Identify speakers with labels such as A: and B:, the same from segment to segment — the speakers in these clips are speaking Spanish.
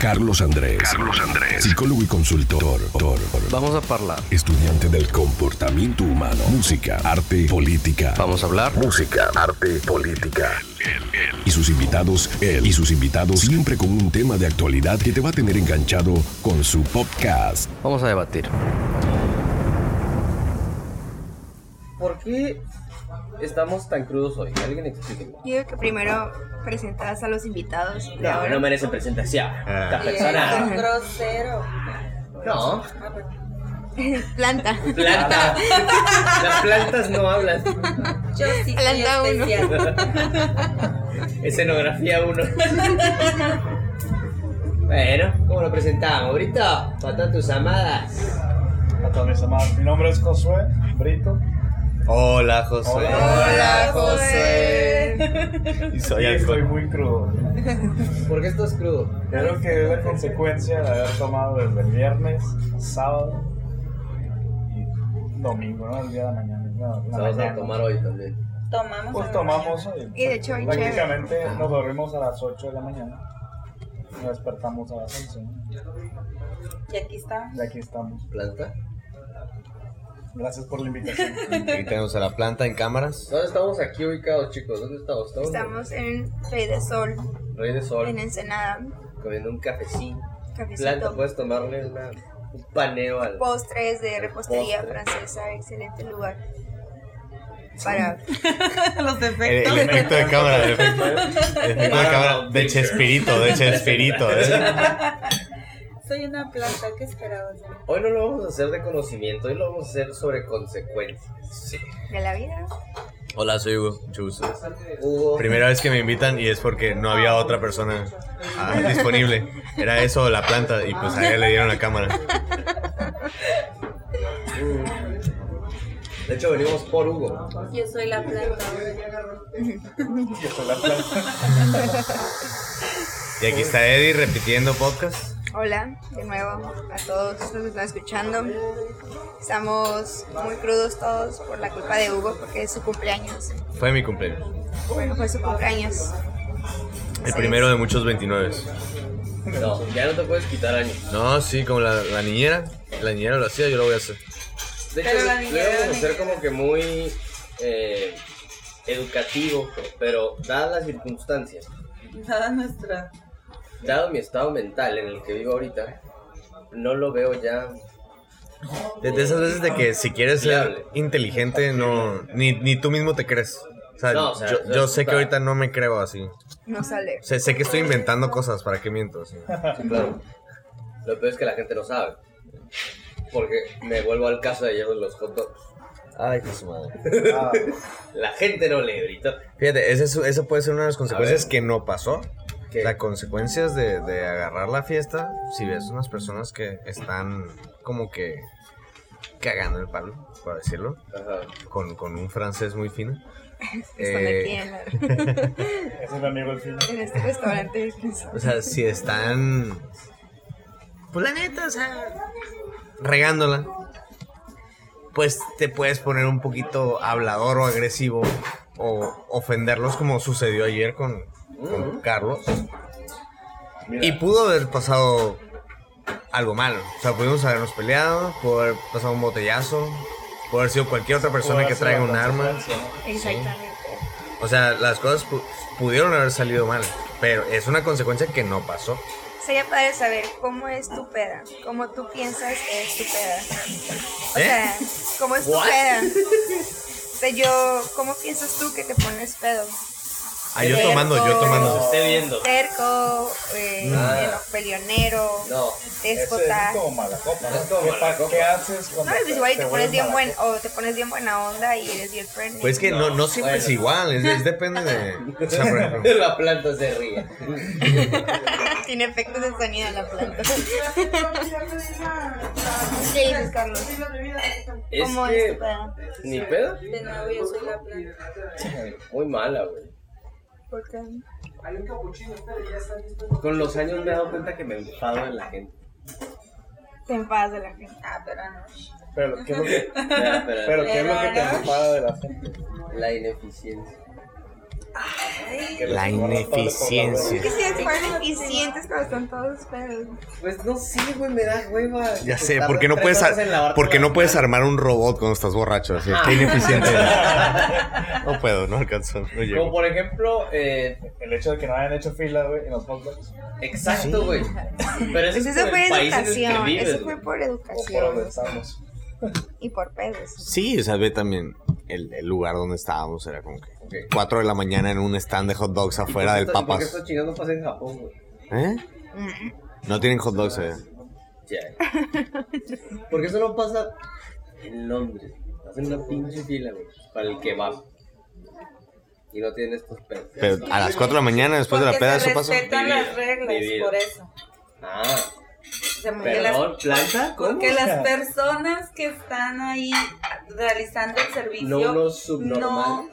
A: Carlos Andrés.
B: Carlos Andrés.
A: Psicólogo y consultor. Tor, tor.
C: Vamos a hablar.
A: Estudiante del comportamiento humano. Música, arte, política.
C: Vamos a hablar.
A: Música, arte, política. Y sus invitados, él y sus invitados, siempre con un tema de actualidad que te va a tener enganchado con su podcast.
C: Vamos a debatir.
D: ¿Por qué estamos tan crudos hoy? Alguien explíqueme.
E: Yo digo que primero presentas a los invitados. de
D: No,
E: ahora.
D: no merece presentación. Esta
F: Es
D: persona.
F: grosero.
D: Ah. No.
E: Planta.
D: Planta. Las plantas no hablan.
F: Yo sí soy
E: Planta uno.
F: especial.
D: Escenografía 1. Bueno, ¿cómo lo presentamos, Brito? Patan tus amadas.
G: Patrones amados. Mi nombre es Josué Brito.
C: Hola, José.
F: Hola, José.
C: Y
G: y
C: soy
G: estoy
C: alcohol.
G: muy crudo.
D: ¿Por qué esto es crudo?
G: Creo que es la consecuencia de haber tomado desde el viernes, sábado y domingo, ¿no? El día de mañana. No,
D: La
G: la
D: vas a
G: mañana.
D: tomar hoy también.
F: Tomamos.
G: Pues
F: a la
G: tomamos.
F: mañana.
G: eh,
E: Y de hecho, hoy
G: Prácticamente nos dormimos a las 8 de la mañana. Nos despertamos a las 11. ¿no?
F: Y aquí está.
G: Y aquí estamos.
D: ¿Planta?
G: Gracias por la invitación.
C: Aquí tenemos a la planta en cámaras.
D: ¿Dónde estamos aquí ubicados, chicos? ¿Dónde estamos? Estamos, en
E: Estamos en Rey de Sol,
D: Rey de Sol,
E: en Ensenada.
D: comiendo un cafecín. Planta, pues.
E: Cafecito.
D: puedes tomarle una- un paneo al.
E: Postres de repostería
D: Postres.
E: francesa. Excelente lugar. Para.
F: Los
C: El, el efecto de cámara, el efecto, el efecto de cámara de Chespirito, de Chespirito. ¿eh?
F: Soy una planta que esperaba.
D: Hoy no lo vamos a hacer de conocimiento, hoy lo vamos a hacer sobre consecuencias. Sí.
E: De la vida.
C: Hola, soy Hugo. Mucho gusto.
D: Hugo,
C: Primera vez que me invitan y es porque no había otra persona ah, disponible. Era eso o la planta y pues a ella le dieron la cámara.
D: de hecho venimos por Hugo.
F: Yo soy la planta.
G: Yo soy la planta.
C: Y aquí está Eddie repitiendo podcast.
E: Hola de nuevo a todos los que están escuchando. Estamos muy crudos todos por la culpa de Hugo porque es su cumpleaños.
C: Fue mi cumpleaños.
E: Bueno, fue su cumpleaños. Así
C: El primero
E: es.
C: de muchos 29.
D: No, ya no te puedes quitar años.
C: No, sí, como la, la niñera. La niñera lo hacía, yo lo voy a hacer.
D: De hecho,
F: Pero la
D: lo
F: niñera,
D: vamos a
F: la
D: hacer
F: niñera.
D: como que muy eh, educativo, pero dadas las circunstancias,
F: Nada nuestra.
D: dado mi estado mental en el que vivo ahorita, no lo veo ya.
C: De, de esas veces de que si quieres ser inteligente, no, ni, ni tú mismo te crees. O sea,
D: No, o sea,
C: yo,
D: eso
C: yo
D: es
C: sé que
D: puta.
C: ahorita no me creo así. O
E: No sale.
C: sea, sé que estoy inventando cosas, ¿para qué miento? Sí.
D: Claro. Lo peor es que la gente no sabe. Porque me vuelvo al caso de ayer de los hot dogs.
C: Ay, qué su madre.
G: Ah,
D: La gente no lee, Brito.
C: Fíjate, ese, es- eso puede ser una de las consecuencias
D: ver.
C: que no pasó.
D: ¿Qué?
C: Las consecuencias de, de agarrar la fiesta, si ves unas personas que están como que cagando el palo, por decirlo,
D: Ajá.
C: con, con un francés muy fino.
E: Están
C: Eh,
E: aquí en, la-
G: ese es mi amigo el fin.
E: en este restaurante.
C: O sea, si están. Pues la neta, o sea. Regándola. Pues te puedes poner un poquito hablador o agresivo. O ofenderlos como sucedió ayer con, con Carlos. Y pudo haber pasado algo malo. O sea, pudimos habernos peleado. Pudo haber pasado un botellazo. Pudo haber sido cualquier otra persona que
G: Pudo
C: traiga
G: haber sido
C: un
G: la
C: arma.
G: consecuencia, ¿no?
E: Exactamente.
C: O sea, las cosas pu- pudieron haber salido mal. Pero es una consecuencia que no pasó.
E: Sería padre saber cómo es tu peda, cómo tú piensas que es tu peda. O
C: ¿Eh?
E: sea, cómo es tu
C: What?
E: peda. O sea, yo, ¿cómo piensas tú que te pones pedo?
C: Ah, yo tomando, yo
D: Se
C: tomando.
D: esté viendo.
E: Terco, eh,
D: Ah.
E: eh, pelionero,
D: No,
G: Eso
E: déspota.
G: es como mala copa.
D: Es como
G: ¿no? ¿Qué,
D: mala
G: pa-
D: copa.
G: qué haces cuando
E: No, pues igual y te pones
G: vuelves
E: bien
G: mala
E: buen, o te pones bien buena onda y eres bien friendly.
C: Pues es que no, no siempre es
D: Bueno.
C: igual, es, es depende de. O sea, por ejemplo,
D: La planta se ríe.
E: Tiene efectos de sonido en la planta. ¿Qué dices, Carlos?
D: Es
E: ¿Cómo es
D: que
E: tu peda?
D: ni pedo.
F: De nuevo, yo soy la planta.
D: Muy mala, güey.
E: ¿Por qué?
D: Con los años me he dado cuenta que me enfado en la gente.
E: Te enfadas de la gente.
F: Ah, pero no.
G: copa. Pero ¿qué es lo que,
D: Espera, espera,
G: pero, ¿qué es lo que te
F: Pero no.
G: enfada de la gente?
D: La ineficiencia.
F: Sí.
D: Que
C: La
D: nos guarda todo el
C: ineficiencia.
E: Es que ustedes fueron eficientes cuando están todos pedos.
D: programa. Pues no sé, güey, me da hueva.
C: Ya sé,
D: Tardo
C: porque no
D: tres
C: puedes,
D: horas en lavar
C: porque
D: toda
C: no
D: la
C: puedes
D: cara.
C: armar un robot cuando estás borracho. Así, qué ineficiente. no puedo, no alcanzo. No
D: Como
C: llego.
D: por ejemplo, eh,
G: El hecho de que no hayan hecho fila, güey, en los hot dogs.
D: exacto, güey. Pero eso
E: Pues
D: es
E: eso
D: por el
E: fue
D: país en el que
E: educación,
D: vives,
E: eso fue
D: güey.
E: por
G: O por
E: educación
G: donde estamos.
E: y por pedos.
C: Sí, o sea, ve también el, el lugar donde estábamos. Era como que
D: Ok.
C: 4 de la mañana en un stand de hot dogs
D: ¿Y por qué
C: afuera del
D: esto- ¿Por qué
C: Papas.
D: esto chingando pasa en Japón, güey?
C: ¿Eh? No tienen hot dogs eh. allá.
D: Ya. Porque eso no pasa en Londres. Hacen una pinche fila, güey, para el kebab. Y no tienen estos pedos.
C: Pero a las 4 de la mañana, después de la
F: Porque
C: peda,
F: se
C: eso pasa.
F: respetan
D: Dividido,
F: las reglas,
D: dividido.
F: por eso.
D: Ah,
F: Se porque las-
D: perdón, planta, ¿cómo?
F: Porque las personas que están ahí realizando el servicio
D: No los subnormales.
F: no,
G: No,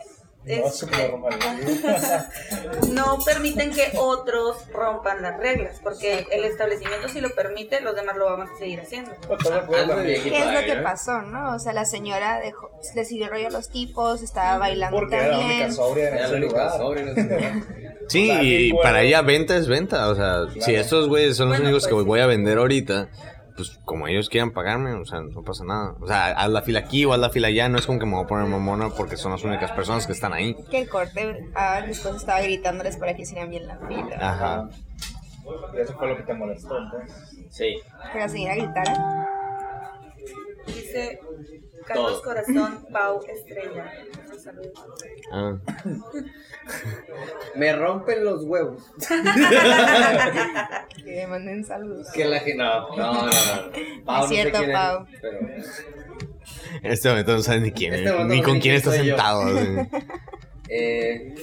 F: este,
G: súper normal.
F: no permiten que otros rompan las reglas, porque el establecimiento si lo permite, los demás lo vamos a seguir haciendo.
D: Ando de viejito,
E: ¿Qué es lo
D: eh,
E: que
D: ¿no?
E: pasó, no? O sea, la señora dejó, le siguió rollo a los tipos, estaba bailando
G: Porque era la única
E: también.
G: sobria en
D: Era
G: ese
D: la única
G: lugar.
D: sobria en ese lugar.
C: Sí,
G: O sea,
C: y
G: tipo,
C: para
G: eh,
C: ella venta es venta. O sea, si estos güeyes son los
F: Bueno,
C: únicos que
F: pues,
C: voy a vender ahorita, pues como ellos quieran pagarme, o sea, no pasa nada. O sea, haz la fila aquí o haz la fila allá, no es como que me voy a poner mamona porque son las únicas personas que están ahí.
E: Que el corte, ah, mi esposo estaba gritándoles para que hicieran bien la fila.
C: Ajá.
G: Y eso fue lo que te molestó, pues. entonces.
D: Sí.
E: Pero la señora gritara.
F: Dice Carlos
D: Todo.
F: Corazón, Pau Estrella. Un saludo.
C: Ah.
D: Me rompen los huevos.
E: Que le manden saludos.
D: Que la gente. No, no, no. no. Pau,
E: es cierto,
D: quién es,
E: Pau.
D: pero-
C: En este momento no sabes ni quién,
D: Este momento
C: ni
D: no
C: con
D: sé
C: quién
D: quién
C: está
D: soy yo.
C: sentado. así.
D: Eh,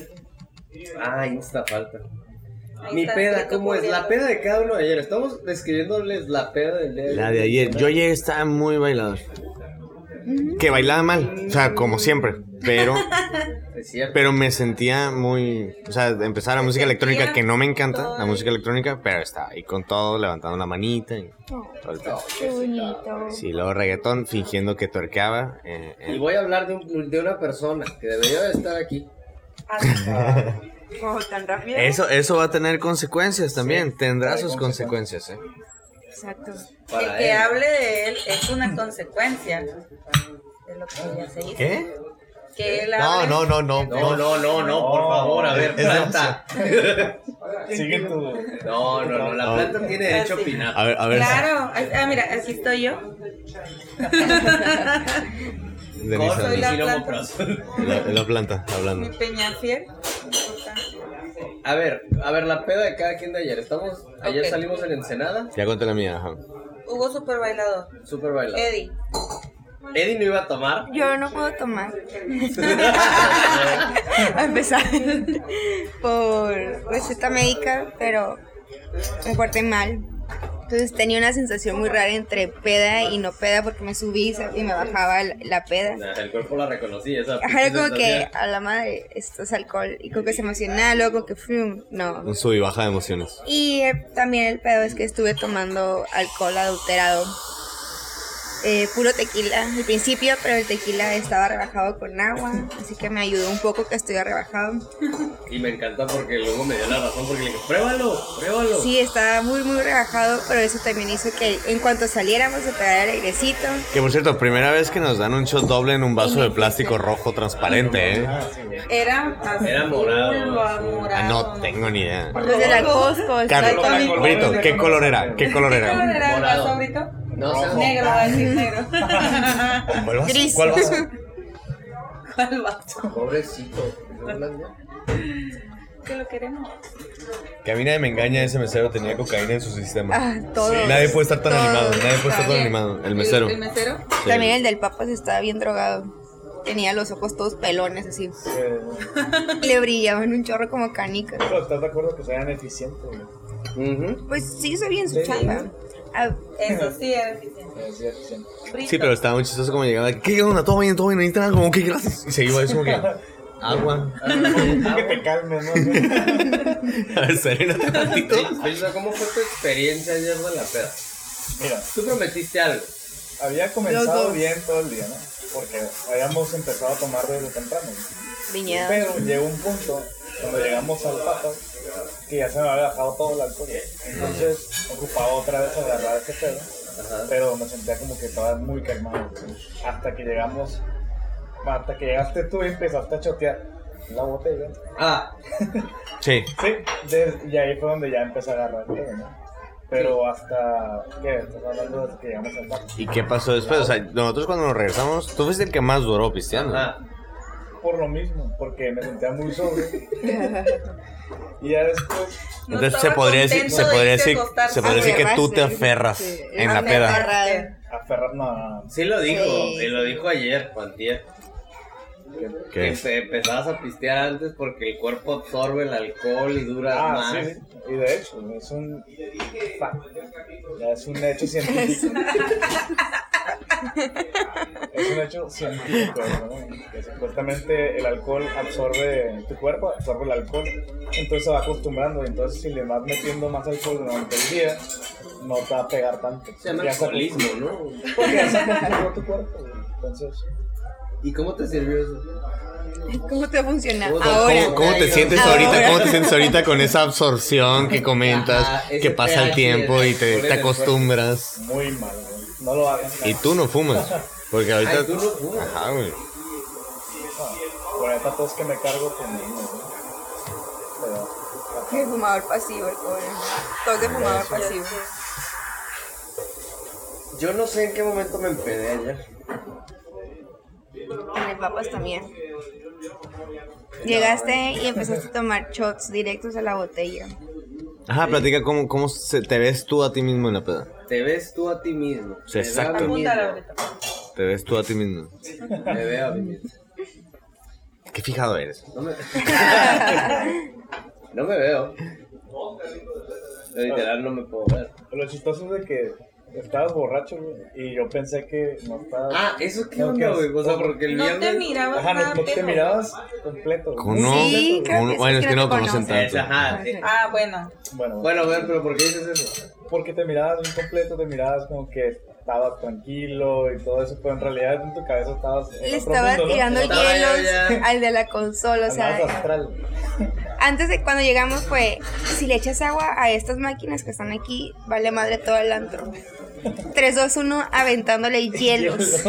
D: ah, falta.
F: Ahí
D: Mi
F: está
D: peda,
F: escrito
D: ¿cómo es? La
F: Julián.
D: peda de cada uno de ayer. Estamos describiéndoles la peda del día
C: La de ayer, yo ayer estaba muy bailador. Que bailaba mal, o sea, como siempre, pero
D: Es cierto.
C: pero me sentía muy, o sea, empezar la música electrónica que no me encanta, la
F: Ay.
C: música electrónica, pero estaba ahí con todo levantando la manita y
E: Oh,
C: todo el pedo.
E: qué bonito.
C: Sí, luego reggaetón fingiendo que tuerqueaba. eh, eh.
D: Y voy a hablar de, un- de una persona que debería de estar aquí.
F: Ah,
E: Oh, tan rápido.
C: Eso, eso va a tener consecuencias también, tendrá
G: trae
C: sus consecuencias.
G: consecuencias.
C: ¿eh?
E: Exacto.
D: Para
F: el que
D: él.
F: hable de él es una consecuencia de lo que ya se hizo.
C: ¿eh? ¿Qué?
F: Que él
C: No,
F: hable-
C: no, no, no.
D: No, no, no, no, por favor, a ver,
C: Es
D: planta.
G: Sigue tu.
D: No, no, no, la planta tiene derecho Ah, a opinar.
C: A ver, a ver.
F: Claro, ah, ah, mira, aquí estoy yo.
C: Denise,
D: Corta
F: soy
D: y
F: la
D: sí lo
F: planta.
D: compras.
C: la, la planta,
F: Mi
C: hablando.
F: Peñafiel.
D: A ver, a ver, la peda de cada quien de ayer. Estamos, ayer
F: Ok.
D: salimos en Ensenada,
C: Ya conté la mía, ajá.
F: Hugo Super Bailador.
D: super bailado.
E: Eh,
F: Eddie.
D: Eddie no iba a tomar.
E: Yo no puedo tomar. a empezar por receta médica, pero me porté mal. Entonces tenía una sensación muy rara entre peda y no peda porque me subí y se- y me bajaba la- la peda.
D: Nah, El cuerpo la reconocí, esa
E: Ajá, era como que
D: sensación.
E: a la madre, esto es alcohol. Y como que se emocionaba, luego como que fum, no.
C: Un sub y baja de emociones.
E: Y eh, también el pedo es que estuve tomando alcohol adulterado. Eh, puro tequila al principio, pero el tequila estaba rebajado con agua, así que me ayudó un poco que estuviera rebajado.
D: Y me encanta porque luego me dio la razón porque le dije, pruébalo, pruébalo.
E: Sí, estaba muy, muy rebajado, pero eso también hizo que en cuanto saliéramos se pegara el egresito.
C: Que por cierto, primera vez que nos dan un shot doble en un vaso de plástico rojo transparente, ¿eh?
G: Ah,
F: Era azul,
D: Era morado,
F: a
D: azul.
F: morado.
C: Ah, no tengo ni idea.
E: Los de la Costco,
C: Carlos,
E: exacto.
G: color,
C: Brito,
G: color,
C: ¿qué
G: color
C: color
G: era?
C: era? ¿Qué color
F: ¿Qué color
C: era?
F: era el
D: Morado.
F: vaso ahorita?
D: No sé,
G: Rojo.
F: Negro, va a decir negro.
C: ¿Cuál vaso?
E: Gris.
C: ¿Cuál vaso?
F: ¿Cuál vaso?
D: pobrecito.
F: Que lo queremos.
C: Que a mí nadie me engaña, ese mesero tenía cocaína en su sistema.
E: Ah, todos.
C: Nadie puede estar tan
E: Todos.
C: animado, nadie puede estar tan
E: También.
C: animado. El mesero.
F: El mesero.
C: Sí.
E: También el del Papas estaba bien drogado. Tenía los ojos todos pelones así.
G: Eh,
E: Le brillaban un chorro como canicas.
G: pero ¿Estás de acuerdo que sean eficientes? güey?
E: Pues sí, hizo bien su
G: Sí.
E: chamba. Ah,
F: Eso sí era eficiente.
G: Eh, Sí, eficientes.
C: Sí, pero estaba muy chistoso como llegaba. ¿Qué onda? ¿Todo bien? ¿Todo bien? ¿Necesitan algo? Ok, gracias. Y se iba, es como que. Agua.
G: Que te calmes, ¿no?
C: A ver, serénate tantito.
D: ¿Cómo fue tu experiencia ayer de la peda?
G: Mira,
D: Tú prometiste algo.
G: había
E: Los
G: comenzado
E: dos.
G: bien todo el día, ¿no? Porque habíamos empezado a tomar desde temprano.
E: viñedo.
G: Pero llegó un punto cuando llegamos al pato, que ya se me había bajado todo el alcohol. Entonces ocupaba otra vez agarrar ese pedo,
D: Ajá.
G: pero me sentía como que estaba muy calmado. güey. Hasta que llegamos, hasta que llegaste tú y empezaste a chotear la botella.
D: Ah,
C: Sí.
G: Sí, des- y ahí fue donde ya empecé a agarrar el pedo, ¿no? Pero hasta, ¿qué? Estás hablando de que llegamos al pato.
C: ¿Y qué pasó después? O sea, nosotros cuando nos regresamos, tú fuiste el que más duró pisteando.
D: ajá.
G: Por lo mismo, porque me sentía muy sobrio. y ya después
F: No
C: Entonces se
F: estaba
C: podría decir,
F: contento
C: se
F: de
C: podría
F: irse a
C: decir,
F: acostarse.
C: se podría decir que tú te
E: Aferrarse.
C: aferras
E: Sí,
C: en la peda.
E: aferrarse.
G: aferrarme a...
D: Sí lo dijo,
E: Sí.
D: sí lo dijo ayer, Pantier. Que
C: ¿Qué?
D: empe- empezabas a pistear antes porque el cuerpo absorbe el alcohol y duras
G: Ah,
D: más.
G: sí, sí. Y de hecho, es un fact. Ya es un hecho científico. es un hecho científico, ¿no? Que supuestamente el alcohol absorbe tu cuerpo, absorbe el alcohol, entonces se va acostumbrando. y Entonces, si le vas metiendo más alcohol durante el día, no te va a pegar tanto.
D: Se llama
G: Ya se
D: alcoholismo, ¿no?
G: acostumbra- Porque ya se acostumbró tu cuerpo, güey. entonces.
D: ¿Y cómo te sirvió eso?
E: ¿Cómo te funciona
D: ¿Cómo-
E: ahora?
C: ¿Cómo, cómo te
D: Ahora.
C: sientes ahorita? ¿Cómo te sientes ahorita con esa absorción que comentas,
D: Ajá, ese
C: que pasa
D: pH,
C: el tiempo y te,
D: ponele
C: te
D: el
C: acostumbras?
G: Muy mal, güey. No lo hagan.
C: Y tú no fumas, porque ahorita...
D: Ay, tú no fumas.
C: Ajá, güey.
G: Por ahí todos que me cargo conmigo, ¿no? Pero.
E: De fumador pasivo, el pobre. Todo de fumador pasivo.
D: Yo no sé en qué momento me empedé ayer.
E: En el papas también. Llegaste y empezaste a tomar shots directos a la botella.
C: Ajá, platica cómo, cómo se- te ves tú a ti mismo en la peda.
D: Te ves tú a ti mismo.
C: Sí,
D: Me veo a
C: exacto.
D: mí mismo.
F: Apúntala ahorita.
C: Te ves tú a ti mismo.
D: Me veo a mí mismo.
C: Qué fijado eres.
D: No me... no me veo. Literal no me puedo ver.
G: Lo chistoso es de que estabas borracho, güey, y yo pensé que no estabas.
D: Ah, eso qué
G: No,
D: onda,
G: que-
D: güey. O sea, porque el
F: No te
D: viernes.
F: mirabas
G: Ajá, no,
F: nada
G: no te
F: pedo.
G: mirabas completo. güey.
C: Con- No,
E: sí, creo
C: con-
E: que sí,
C: bueno, es que no
E: te
C: conocen
E: conoces.
D: Es, ajá. eh,
F: Ah, bueno.
G: Bueno,
D: Bueno, a ver, pero ¿por qué dices eso?
G: porque te mirabas incompleto, te mirabas como que estabas tranquilo y todo eso, pero en realidad en tu cabeza estabas. En
E: Le
G: otro
E: estaba
G: mundo, ¿no?
E: tirando
D: Estaba yo
E: hielos
D: ya.
E: al de la consola, o sea,
G: Andabas astral.
E: antes de cuando llegamos fue, si le echas agua a estas máquinas que están aquí, vale madre todo el antro. 3, 2, 1, aventándole hielos.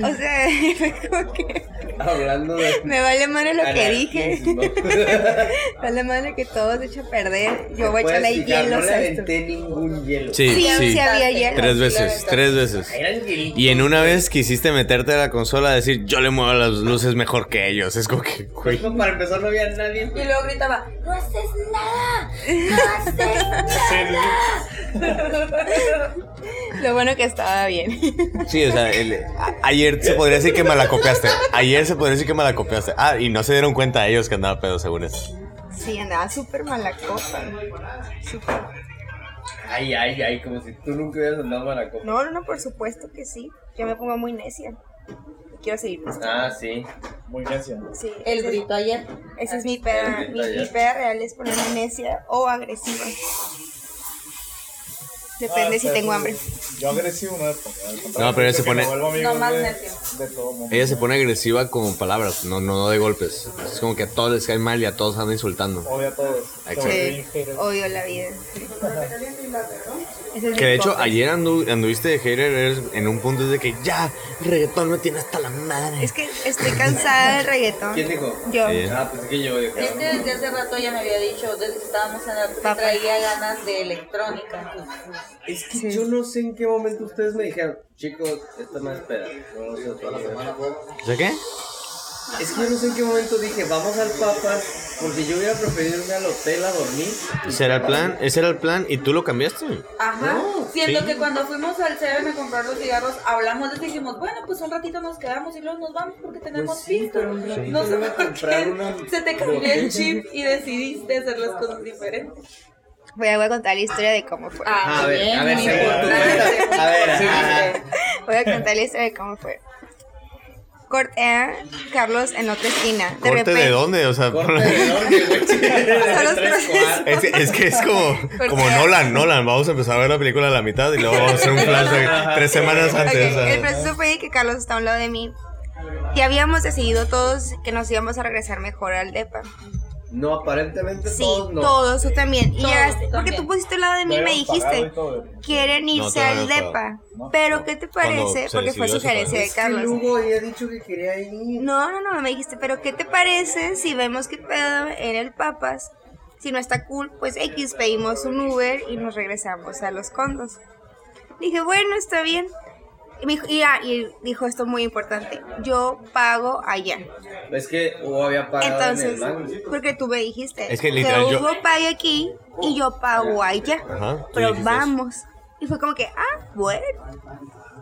E: O sea, fue como que
D: Hablando de.
E: me vale madre lo que dije.
D: Anarquismo.
E: vale madre que todo se echa a perder. Yo voy a
D: Puedes
E: echarle
D: fijar,
E: hielos
D: Pues, No le
E: a esto.
D: aventé ningún hielo.
C: Sí,
E: Sí,
C: sí.
E: sí había hielo.
C: Tres
E: sí, la
C: veces,
E: verdad.
C: tres veces.
D: Eran hielitos.
C: Y en una vez quisiste meterte a la consola a decir, yo le muevo las luces mejor que ellos. Es como que, güey.
D: Pues, Para empezar, no había nadie.
F: Y luego gritaba, no haces nada.
G: Sí, sí, sí.
E: Lo bueno que estaba bien.
C: Sí, o sea, el- a- ayer se podría decir que malacopiaste. Ayer se podría decir que malacopiaste. Ah, y no se dieron cuenta ellos que andaba pedo, según eso.
E: Sí, andaba súper mala copa. Súper.
D: Ay, ay, ay, como si tú nunca hubieras andado a la copa.
E: No, no, no, por supuesto que sí. Yo me pongo muy necia. Quiero seguir.
D: Ah, sí.
G: Muy necia.
E: Sí,
F: El
E: ese-
F: grito ayer.
E: Esa es mi peda.
D: El
E: Mi,
D: grito ayer.
E: mi peda real es ponerme necia o agresiva. Depende
G: Ah,
E: si
G: pero
E: tengo
G: sí,
E: hambre.
G: Yo agresivo no me pongo.
C: No, pero ella se pone-
F: No,
G: No,
F: más
G: de,
F: necio.
G: de todo mundo.
C: Ella se pone agresiva con palabras, no, no de golpes. Es como que a todos les cae mal y a todos andan insultando.
G: Odia a todos.
C: Ay,
G: Se
C: sí.
G: vuelve
E: Sí,
G: ingeniero.
E: odio la vida. Ese es
C: Que
E: mi
C: de hecho,
E: copa.
C: ayer andu- anduviste de hater eres- en un punto de que ya, el reggaetón me tiene hasta la madre.
E: Es que estoy cansada del reggaetón.
D: ¿Quién dijo?
E: Yo.
C: Ella.
D: Ah, pues es que yo, yo creo.
F: Este desde hace rato ya me había dicho, desde que estábamos en el que
E: Papá.
F: traía ganas de electrónica. Pues,
D: Es que yo no sé en qué momento ustedes me dijeron, chicos, esta no es peda. Vamos a toda la semana.
C: ¿O sea qué?
D: Es que yo no sé en qué momento dije, vamos al Papas, porque yo hubiera preferido irme al hotel a dormir.
C: Ese era el plan, ese era el plan y tú lo cambiaste.
F: Ajá.
D: No,
F: Siento
C: sí.
F: que cuando fuimos al Seven a comprar los cigarros, hablamos de eso y dijimos, bueno, pues un ratito nos quedamos y luego nos vamos porque tenemos
D: Pues sí,
F: pisto.
D: pero un ratito
F: No sé
D: iba a
F: por
D: comprar
F: qué
D: una-
F: se te cambió el chip y decidiste hacer las cosas diferentes.
E: Voy a voy a contar la historia de cómo
F: Ah.
E: fue.
D: Ah, A ver, a ver,
F: muy
D: según tú,
F: bien.
D: a ver, ajá.
E: Voy a contar la historia de cómo fue. Corté a Carlos en otra esquina. De
C: ¿Corte
E: repente.
C: de dónde? O sea,
D: Corte de orden, güey.
E: los
D: Tres
E: procesos.
D: cuartos.
C: Es, es que es como,
E: Corte.
C: como Nolan, Nolan. Vamos a empezar a ver la película a la mitad y luego vamos a hacer un flashback tres semanas
E: Ok,
C: antes. o sea.
E: el proceso fue que Carlos está a un lado de mí y habíamos decidido todos que nos íbamos a regresar mejor al DEPA.
D: No, aparentemente
E: Sí,
D: todos no.
E: todos, tú también. Y
F: Todos,
E: llegaste-
F: tú
E: porque
F: también.
E: tú pusiste al lado de mí y me
G: Todavía no pagado
E: dijiste,
G: y todo.
E: quieren
C: No,
E: irse
C: todavía
E: al
C: no pagado.
E: DEPA.
G: No,
E: Pero, ¿qué te
C: Cuando
E: parece?
C: se
E: Porque fue
C: decidió, se
E: sugerencia de
D: Es que
E: Carlos.
D: Lugo había dicho que quería ir.
E: No, no, no, me dijiste, pero ¿qué te parece si vemos qué pedo en el Papas? Si no está cool, pues X, pedimos un Uber y nos regresamos a los condos. Dije, bueno, está bien. Y, me dijo, y, ah, y dijo esto muy importante, yo pago allá.
D: Es que Hugo había pagado en el pues.
E: Entonces,
D: mango.
E: porque tú me dijiste,
C: Es que literal,
E: que
C: yo-
E: Hugo pague aquí y yo pago allá.
C: Ajá, tú
E: pero
C: dijiste
E: vamos. Y fue como que, ah, bueno.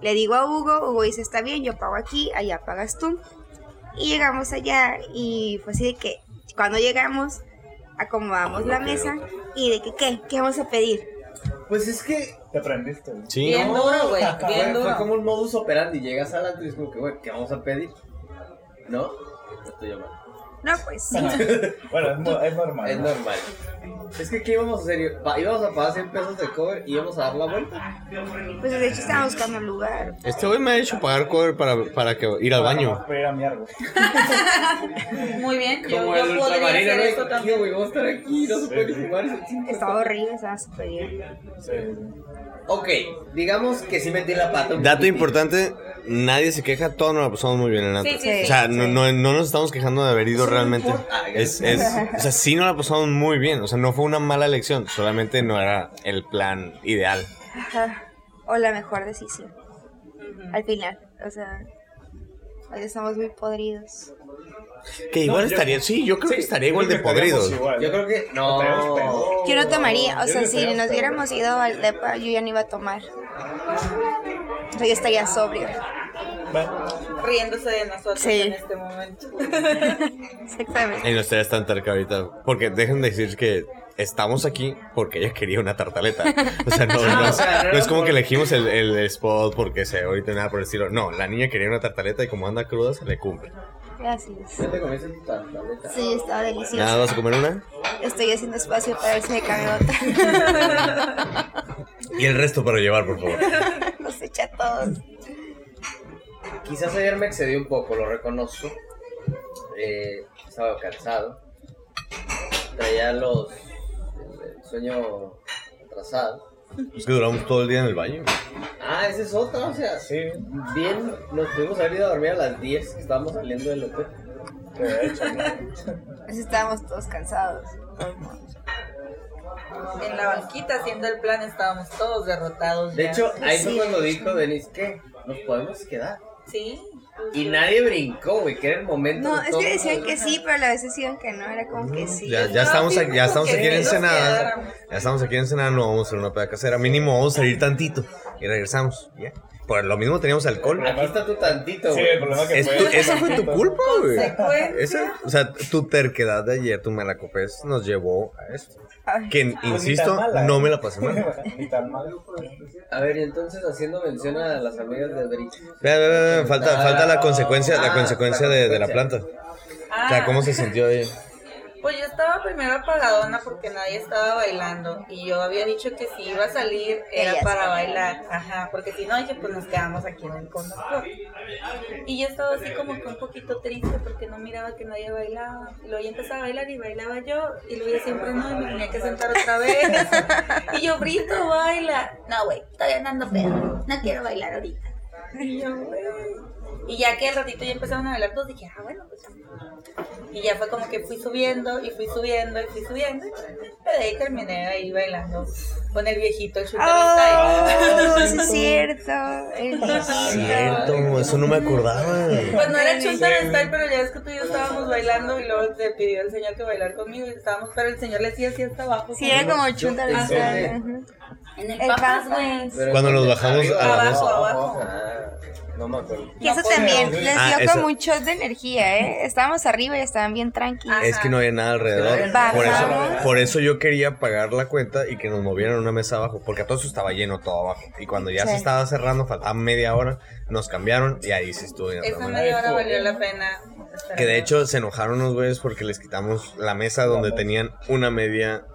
E: Le digo a Hugo, Hugo dice, está bien, yo pago aquí, allá pagas tú. Y llegamos allá y fue así de que cuando llegamos acomodamos la mesa y de que, ¿qué? ¿Qué vamos a pedir?
D: Pues es que.
G: Te prendiste.
C: Sí,
F: Bien duro, güey.
D: fue-
F: Bien
D: fue,
F: duro.
D: como un modus operandi. Llegas al antro y es como que, güey, ¿qué vamos a pedir? ¿No? Estoy yo mal.
E: No, pues,
G: Bueno, es, mo- es normal.
D: Es
G: ¿no?
D: normal. Es que, ¿qué íbamos a hacer? Pa- Íbamos a pagar 100 pesos de cover y íbamos a dar la vuelta.
E: pues de hecho estábamos buscando un lugar.
C: Este güey me ha hecho pagar cover para, para que ir al
G: Nomás
C: baño.
G: para ir a miar, güey.
F: Muy bien. Yo, yo podría
D: ultramarino,
F: hacer
D: güey. Aquí,
F: esto
D: güey,
F: también.
D: vamos a estar aquí, no se puede fumar ese chingo.
E: Estaba horrible, estaba súper bien.
G: Sí, sí.
D: Ok, digamos que sí metí la pata. un
C: Dato
D: poquitín.
C: importante, nadie se queja, todos nos la pasamos muy bien en la
F: Sí, sí, sí.
C: O sea, no,
E: Sí.
C: no, no nos estamos quejando de haber ido
D: Eso no
C: realmente.
D: importa.
C: Es, es, o sea, sí nos la pasamos muy bien. O sea, no fue una mala elección, solamente no era el plan ideal.
E: Ajá. O la mejor decisión. Al final, o sea, hoy estamos muy podridos.
C: Que igual estaría, sí, yo creo que estaría igual de podridos.
D: Yo creo que.
G: Estaríamos peor.
D: No.
E: Yo no tomaría, o
G: Yo
E: sea,
G: no
E: si
G: tomaría,
E: nos
G: pero-
E: hubiéramos ido al depa, yo ya no iba a tomar. O sea, yo estaría sobrio.
F: Riéndose de nosotros
E: Sí.
F: en este momento.
E: Exactamente.
C: Y no estarías tan cerca ahorita. Porque dejen de decir que estamos aquí porque ella quería una tartaleta. O sea, no, no
D: Ah, o
C: es,
D: sea, no
C: no es
D: era
C: como
D: por-
C: que elegimos el, el spot porque se ahorita nada por el estilo. No, la niña quería una tartaleta y como anda cruda se le cumple.
E: Gracias.
D: Ya te comiste tu tartaleta.
E: Sí, estaba
C: ¿Nada
E: delicioso.
C: vas a comer una?
E: Estoy haciendo espacio para irse de camioneta.
C: Y el resto para llevar, por favor.
E: Los echa a todos.
D: Quizás ayer me excedí un poco, lo reconozco. Eh, estaba cansado. Traía los. el sueño atrasado.
C: Es que duramos todo el día en el baño.
D: Ah, esa es otra, o sea.
G: Sí,
D: Bien, nos pudimos haber ido a dormir a las 10 que estábamos saliendo del hotel.
G: de hecho. ¿no?
E: Pues estábamos todos cansados.
F: En la banquita haciendo el plan estábamos todos derrotados.
D: De
F: ya.
D: hecho, ahí fue
E: Sí.
D: cuando dijo Denise que nos podemos quedar.
F: Sí.
D: Y nadie brincó, güey, que era el momento.
E: No,
D: de
E: es
D: todo.
E: que decían que sí, pero a la vez decían que no. Era como que sí.
C: Ya, ya estamos aquí, ya estamos aquí en Ensenada. Ya estamos aquí en Ensenada, no vamos a hacer una peda casera. Mínimo vamos a salir tantito y regresamos. Ya. Por lo mismo teníamos alcohol.
D: Aquí está tu tantito,
G: Sí,
D: güey.
G: el problema que
C: Es
G: fue.
C: tu- esa fue tu culpa, güey.
F: Consecuencia.
C: Esa- o sea, tu terquedad de ayer, tu malacopez, nos llevó a esto.
E: Ay.
C: Que,
G: Pues ni
C: insisto,
G: tan mala,
C: no
G: ¿eh?
C: me la pasé mal.
G: Ni tan mal.
D: A ver, y entonces haciendo mención a las amigas de Adri.
C: Ve, ve, ve, ve, falta, falta la consecuencia,
D: Ah,
C: la consecuencia de, de la planta. O
F: Ah,
C: sea, ¿cómo se sintió ahí?
F: Pues yo estaba primero apagadona porque nadie estaba bailando y yo había dicho que si iba a salir era
E: Ellas.
F: para bailar, ajá, porque si no dije pues nos quedamos aquí en el conductor. Y yo estaba así como que un poquito triste porque no miraba que nadie bailaba. Y luego ya empezaba a bailar y bailaba yo y luego ya siempre no y me tenía que sentar otra vez. y yo grito, baila. No, güey, todavía no ando pedo, no quiero bailar ahorita. Y yo, güey. Y ya que al ratito ya empezaron a bailar todos, dije, ah, bueno, pues ya. Y ya fue como que fui subiendo y fui subiendo y fui subiendo. Pero de ahí terminé ahí bailando con el viejito chutarista.
E: Oh, sí es cierto. El viejito.
C: Cierto, eso no me acordaba.
F: Pues no era chuntar style, pero ya es que tú y yo estábamos bailando y luego te pidió el señor que bailar conmigo y estábamos, pero el señor le decía así hasta abajo.
E: Sí, era como chunta
D: yo-
E: la
D: ¿dónde?
F: En el
E: El
F: papas,
E: papas,
F: güey.
D: Pero
C: Cuando nos
D: entonces,
C: bajamos
D: arriba,
C: a la
F: Abajo,
C: mesa.
F: abajo.
D: Ah, no me acuerdo.
E: Que eso
F: No
E: también
F: podemos.
E: les dio
C: Ah, eso-
E: como un shot de energía, ¿eh? Estábamos arriba y estaban bien tranquilos.
F: Ah.
C: Es que no había nada alrededor.
E: Bajamos.
C: Por eso, por eso yo quería pagar la cuenta y que nos movieran a una mesa abajo, porque a todo eso estaba lleno todo abajo. Y cuando ya se
E: Sí.
C: estaba cerrando, faltaba media hora, nos cambiaron y ahí sí estuve. en otra
F: Esa
C: manera.
F: media hora valió la pena. estar
C: Que de
F: ahí.
C: hecho se enojaron los güeyes porque les quitamos la mesa donde tenían una media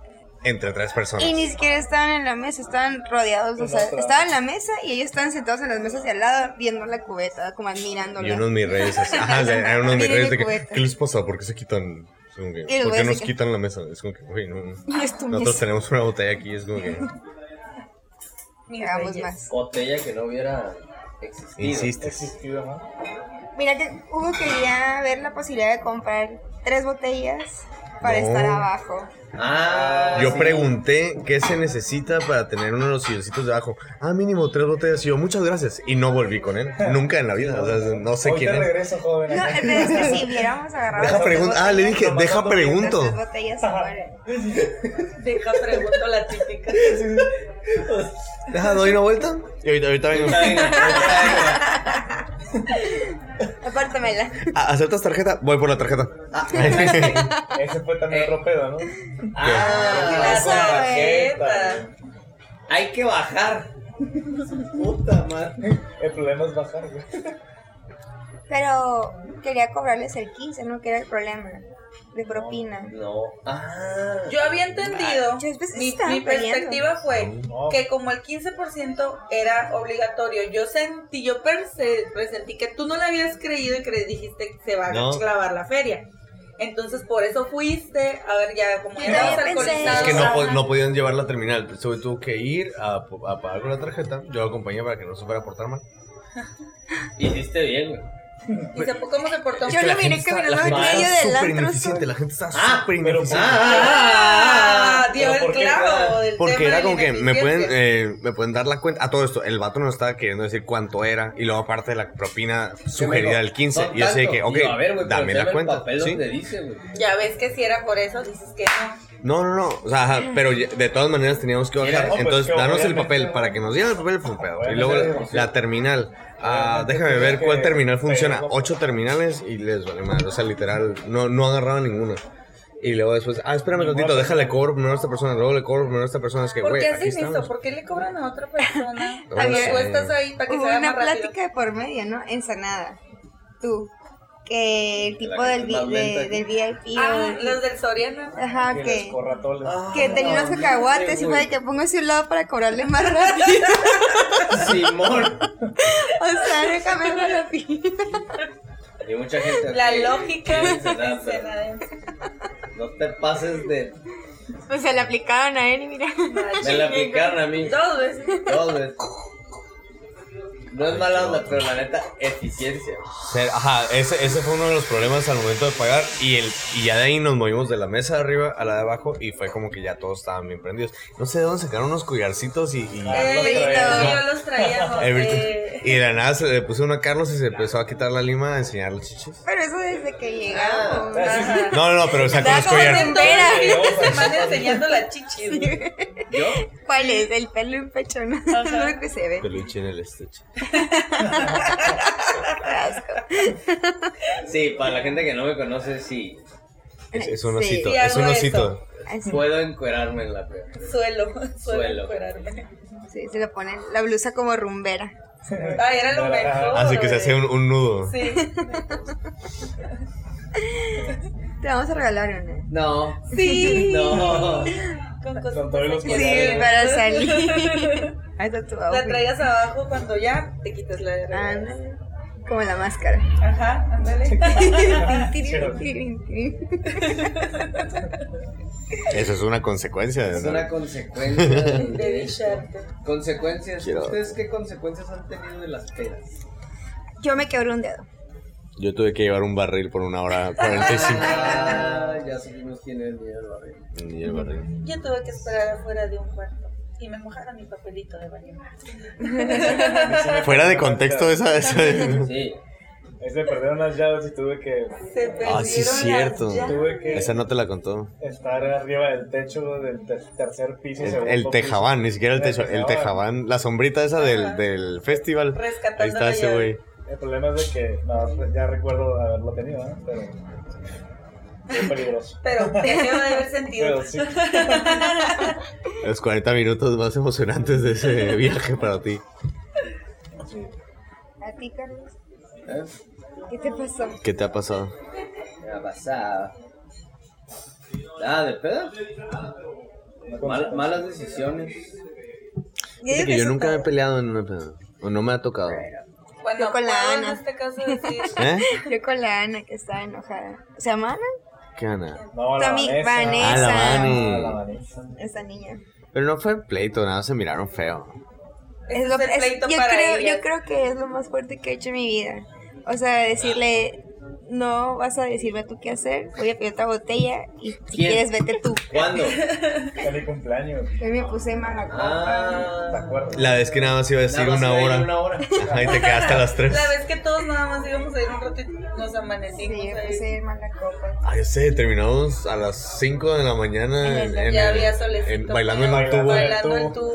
C: entre tres personas.
E: Y ni siquiera estaban en la mesa, estaban rodeados, o sea, estaban en la mesa y ellos estaban sentados en las mesas de al lado viendo la cubeta, como
C: Y
E: admirándola.
C: unos mis reyes así. Ajá, o sea, eran unos mis
E: Miren
C: reyes
E: el
C: de que,
E: cubeta.
C: ¿qué les pasó? ¿Por qué se quitan? Es como que,
E: Y el güey
C: ¿Por qué
E: se
C: nos
E: queda-
C: quitan la mesa? Es como que, güey, no, no.
E: Y es tu
C: Nosotros
E: mesa.
C: tenemos una botella aquí, es como que.
F: Mis
E: Hagamos
F: reyes.
E: más.
D: Botella que no hubiera existido.
C: Insistes.
G: Existido, ¿no?
E: Mira que Hugo quería ver la posibilidad de comprar tres botellas para
C: No.
E: estar abajo.
D: Ah,
C: Yo
D: sí.
C: pregunté qué se necesita para tener uno de los silloncitos debajo. Ah, mínimo tres botellas. Y yo, muchas gracias. Y no volví con él. Nunca en la vida. O sea, no sé
G: Hoy
C: quién
G: te
C: es.
G: regreso, joven.
E: No,
G: acá.
E: pero es que si hubiéramos agarrado
C: Deja
E: las tres
C: pregunto. Ah, le
E: botellas,
C: dije, deja
E: las
C: pregunto.
E: tres botellas se mueren.
F: Deja pregunto la típica.
C: Deja, doy una vuelta. Y ahorita, ahorita vengo.
E: Apártamela.
C: Ah, ¿Aceptas tarjeta? Voy por la tarjeta.
E: Ah.
G: Ese fue
D: Eh.
G: también otro pedo, ¿no?
D: Ah,
F: Las
E: Eso, güey.
F: orejas.
D: hay que bajar. Puta madre.
G: El problema es bajar, güey.
E: Pero quería cobrarles el 15, no que era el problema. De propina.
D: No. Ah.
F: Yo había entendido,
E: Yo después
F: mi,
E: estaba
F: mi
E: peleando.
F: perspectiva fue
C: Mm,
G: No.
F: que como el 15% era obligatorio, yo sentí, yo perse- presentí que tú no le habías creído y que dijiste que se va
C: No.
F: a clavar la feria. Entonces por eso fuiste, a ver, ya como
E: Yo
F: estabas
E: también pensé
F: alcoholizados.
C: Es que no,
F: ajá.
C: po- no podían llevar la terminal. Solo tuvo que ir a, a pagar con la tarjeta. Yo lo acompañé para que no se fuera a portar mal.
D: Hiciste bien, güey.
F: Y se- ¿Cómo se portó? Ah,
E: Yo lo
C: La gente
E: miré
C: está-
E: caminando
C: la
E: en
C: gente
E: medio
C: está
E: del
C: súper
E: antro.
C: ineficiente, La gente está
D: Ah,
C: súper
G: pero-
C: ineficiente.
F: Ah, dio
D: Pero
F: el
D: ¿por qué?
F: clavo del
C: Porque
F: tema
C: era
F: de
C: como
F: la
C: que me pueden,
F: ineficiencia.
C: eh, me pueden dar la cuenta. A todo esto, el vato no estaba queriendo decir cuánto era. Y luego, aparte de la propina sugerida del 15.
D: No
C: y yo sé
D: tanto.
C: que, ok,
D: Y yo, a ver, güey, pero
C: dame
D: tráeme
C: la
D: el
C: cuenta.
D: papel
C: ¿sí?
D: donde dice, güey.
F: Ya ves que si era por eso, dices que no.
C: No, no, no. O sea, ajá, pero ya- de todas maneras teníamos que
G: Era-
C: bajar.
G: no, pues,
C: Entonces,
G: que
C: danos el
G: obviamente-
C: papel. Para que nos dieran el papel, fue un pedo. Y
G: Obviamente
C: luego la,
G: teníamos
C: la terminal. Ah,
G: Obviamente
C: déjame ver
G: tenía
C: cuál
G: que-
C: terminal funciona.
G: teníamos-
C: Ocho terminales y les vale madre. O sea, literal, no, no agarraban ninguna. Y luego después, ah, espérame
G: Ninguna
C: tantito,
G: persona.
C: déjale cobro primero a esta persona, luego le cobro primero a esta persona. Es que,
F: ¿Por
C: güey,
F: qué
C: aquí
F: hacen eso?
C: estamos.
F: ¿Por qué le cobran a otra persona?
C: No
F: Cuando
C: sé.
F: tú estás ahí para que se
E: Hubo
F: haga
E: una
F: más rápido.
E: plática de por medio, ¿no? Ensanada. Tú. Que el tipo
D: La que
E: del,
D: está
E: vi-
D: más lenta
E: de-
D: aquí.
E: del VIP.
F: Ah,
E: o-
F: los del Soriana.
E: Ajá,
G: Que les
E: que.
G: corra toles.
D: Ah.
E: Que tenía unos cacahuates y fue de que pongo ese lado para cobrarle más rápido.
D: Simón.
E: o sea, déjame con Ah, la pila.
D: Hay mucha gente.
F: La
D: que-
F: lógica
D: que
F: de
D: dice, "Nah, pero No te pases de.
E: O sea, Pues le aplicaban a él y mira.
D: Me la aplicaron a mí.
F: Dos veces.
D: Dos veces. No es mala onda, pero la neta, eficiencia.
C: Ser- Ajá, ese, ese fue uno de los problemas al momento de pagar y, el, y ya de ahí nos movimos de la mesa de arriba a la de abajo y fue como que ya todos estaban bien prendidos. No sé de dónde sacaron unos collarcitos y... y-
G: Ah, los
F: Eh,
G: traía,
F: yo
G: ¿no?
F: los traía. ¿no?
C: Everything.
F: Eh,
C: Y de la nada se le puso uno a Carlos y se empezó a quitar la lima a enseñar los chichis.
E: Pero eso desde que llegamos.
F: ajá.
C: No, no, no, pero o sea, con
E: Estaba
C: los
E: como
F: Porque
C: collares.
E: Oye,
F: todo el
E: espera.
F: fin de semana enseñando la chichi. güey.
D: Yo,
E: ¿Cuál es? El pelo en pecho, ¿no?
F: Ajá.
E: Lo que se ve.
C: Peluche en el estuche.
D: sí, para la gente que no me conoce, sí.
C: Es, es un
E: Sí.
C: osito,
F: Sí,
C: es un
F: hago
C: osito.
E: Así.
D: Puedo encuerarme en la peor.
F: Suelo, suelo
D: Suelo.
F: encuerarme.
E: Sí, se le pone la blusa como rumbera.
F: Ah, era lo mejor.
C: Así que se
F: güey.
C: hace un, un nudo.
F: Sí.
E: Te vamos a regalar una.
D: No.
F: Sí.
D: No.
F: Con
G: Con todos los
F: cositas.
E: Sí,
G: colores.
E: para salir. Ahí está tu
F: La
E: outfit.
F: traigas abajo cuando ya te quitas
E: Ah,
F: la de regalo.
E: Ándale. Como la máscara.
F: Ajá, ándale. Ah,
E: Tirin, tirin, tirin.
C: Eso es una consecuencia de
D: Es una
C: una...
D: consecuencia de-
F: De bicharte.
D: Consecuencias.
C: Quiero-
D: ¿Ustedes qué consecuencias han tenido de las pedas?
E: Yo me quebré un dedo.
C: Yo tuve que llevar un barril por una hora 45.
D: Ah, ya supimos quién es el niño del barrio.
C: Y el barril.
F: Yo tuve que esperar afuera de un cuarto y me mojaron mi papelito de baño.
C: Fuera de contexto esa... esa...
D: Sí.
G: Es de perder unas llaves y tuve que
F: Se perdieron
C: Ah, sí,
F: las
C: cierto.
F: llaves.
G: Tuve que-
C: Esa no te la contó.
G: estar arriba del techo del ter- tercer piso.
C: El,
G: segundo
C: el
G: piso.
C: tejabán, ni siquiera el techo. El tejabán, la sombrita esa del,
F: Ajá.
C: del festival.
F: Rescatando
C: Ahí está
F: la
C: ese
F: llave.
C: güey.
G: El problema es de que no, ya recuerdo haberlo tenido, ¿no? Pero es peligroso.
F: Pero debe de haber sentido.
G: Pero sí,
C: Los 40 minutos más emocionantes de ese viaje para ti.
E: ¿A ti, Carlos?
D: ¿Eh?
E: ¿Qué te pasó?
C: ¿Qué te ha pasado?
D: Me ha pasado. Ah, de pedo. Mal- malas decisiones.
C: Fíjate que
E: digo
C: yo
E: eso
C: nunca me he
E: todo.
C: peleado en una peda. O no me ha tocado.
F: Bueno,
E: Yo con la
F: puedo en
E: Ana.
F: este caso decir
C: ¿Eh?
E: Yo con la Ana que estaba enojada. ¿Se llama Ana?
C: mexicana.
G: No, la
E: Tommy
G: Vanessa.
E: pues. Vanessa.
C: Ah, la Vani.
G: Ah, la Vanessa.
E: Esa niña.
C: Pero no fue pleito, nada, se miraron feo.
F: Ese
E: Es lo-
F: es el
E: es-
F: pleito
E: yo,
F: para
E: creo,
F: ellas.
E: yo creo que es lo más fuerte que he hecho en mi vida. O sea, decirle, no vas a decirme tú qué hacer, voy a pedir otra botella y si
D: ¿Quién?
E: quieres vete tú.
D: ¿Cuándo?
G: Fue mi cumpleaños.
E: Yo me puse mala copa.
G: ¿Te
D: Ah,
G: acuerdas?
C: La vez que nada más iba a decir
D: nada más
C: una
D: iba a ir
C: hora.
D: Una hora.
C: Ajá, y te quedaste a las tres.
F: La vez que todos nada más íbamos a ir un ratito, nos amanecimos.
E: Sí, yo me
F: ahí.
E: puse mala copa.
C: Ah, yo sé, terminamos a las 5 de la mañana en, Ah, en-
F: ya había solecito.
C: en- bailando en
F: pero-
C: un tubo.
F: Bailando
G: en
F: en
G: el
F: tubo.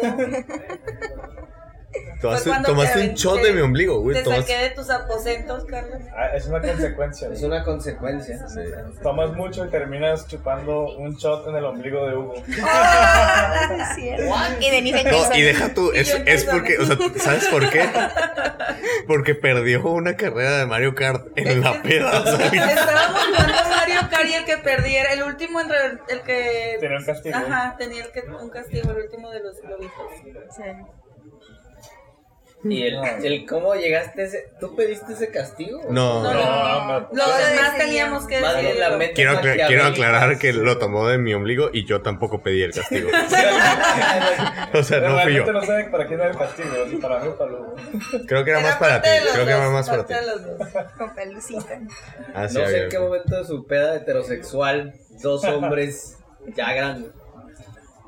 C: Tomaste,
F: Fue cuando
C: tomaste
F: te
C: un shot de mi ombligo, güey.
F: Te saqué
C: tomaste-
F: de tus aposentos, Carlos.
G: Ah, es una consecuencia.
D: Es una consecuencia.
G: Tomas mucho y terminas chupando un shot en el ombligo de Hugo.
E: Y Denise
C: No,
E: empezó.
C: y deja tú,
F: Y
C: es,
F: yo
C: es
F: empezando.
C: porque, o sea, ¿sabes por qué? Porque perdió una carrera de Mario Kart en la peda. o sea,
F: Estábamos jugando Mario Kart y el que perdiera, el último en re- el que
G: Tenía un castigo.
F: Ajá, tenía el que, un castigo, el último de los globitos.
D: Y el, el cómo llegaste a ese. ¿Tú pediste ese castigo?
C: no,
F: No,
C: no.
G: No, no.
F: Los
E: Lo
F: demás
E: decidimos.
F: teníamos que
D: Más bien la
F: decidirlo.
D: mente
C: Quiero, acla-
D: maquiavélica.
C: quiero aclarar que lo tomó de mi ombligo y yo tampoco pedí el castigo. O sea,
G: Pero
C: no fui yo.
G: realmente no saben para quién era el castigo, si para mí o para Hugo.
C: Creo que era más para ti.
F: parte de los
C: Creo que era
F: dos,
C: más para ti.
F: parte de los dos.
E: Con pelucita.
C: Ah, sí,
D: No sé
C: había-
D: en qué momento de su peda heterosexual, dos hombres ya grandes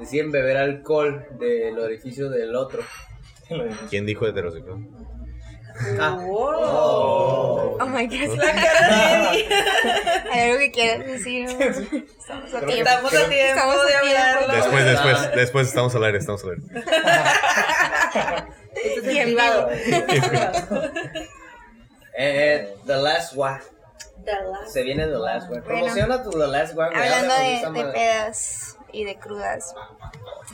D: deciden beber alcohol del orificio del otro.
C: ¿Quién dijo heterosexual?
D: Ah,
F: Wow.
E: Oh my god.
F: La cara de Eddie.
E: ¿Hay algo que quieras decir? Estamos a tiempo.
F: Estamos a tiempo
E: Estamos a
F: de
E: tiempo.
F: hablarlo.
C: Después, después,
D: Ah.
C: después estamos al aire, estamos al aire.
F: Esto es
E: Y Este en
F: privado.
D: eh, The Last One.
F: The last.
D: Se viene The Last One.
E: Bueno.
D: Promociona tu The Last One. güey,
E: Hablando
D: habla con esa
E: de, de
D: madre.
E: pedas y de crudas,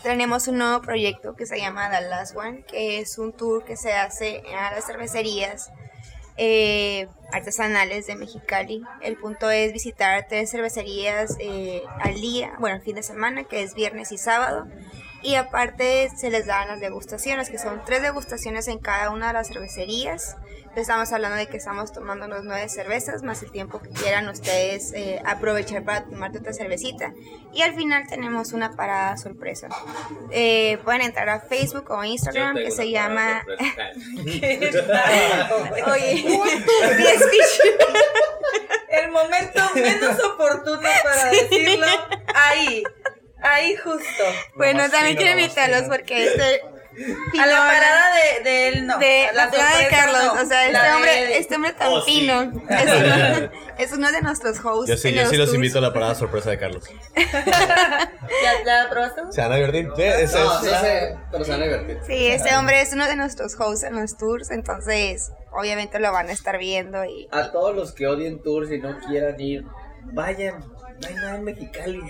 E: tenemos un nuevo proyecto que se llama The Last One, que es un tour que se hace a las cervecerías eh, artesanales de Mexicali. El punto es visitar tres cervecerías eh, al día, bueno, el fin de semana, que es viernes y sábado. Y aparte se les dan las degustaciones, que son tres degustaciones en cada una de las cervecerías. Entonces, Estamos hablando de que estamos tomando unos nueve cervezas, más el tiempo que quieran ustedes eh, aprovechar para tomarte otra cervecita. Y al final tenemos una parada sorpresa. Eh, pueden entrar a Facebook o Instagram, que se llama... Oye, me escuché.
F: El momento menos oportuno para decirlo. Ahí. Ahí justo.
E: Bueno,
G: más
E: también
G: fino,
E: quiero
G: lo más
E: invitarlos
G: fino.
E: porque este...
F: A la parada de, de él no.
E: de
F: A
E: la peda de
F: sorpresa
E: Carlos,
F: no.
E: o sea,
F: La
E: este
F: de
E: hombre,
F: Eddie.
E: este hombre tan
D: Oh, sí.
E: fino, es, uno, es uno de nuestros hosts.
C: Yo sí,
E: en
C: yo sí los
E: tours.
C: invito a la parada sorpresa de Carlos.
F: ¿Ya la probaste?
C: ¿Se van a divertir? Sí, es-
D: No,
C: es-
D: sí sé, pero se van a divertir.
E: Sí, este hombre es uno de nuestros hosts en los tours, entonces obviamente lo van a estar viendo y
D: A todos los que odien tours y no quieran ir, vayan. No hay nada en Mexicali.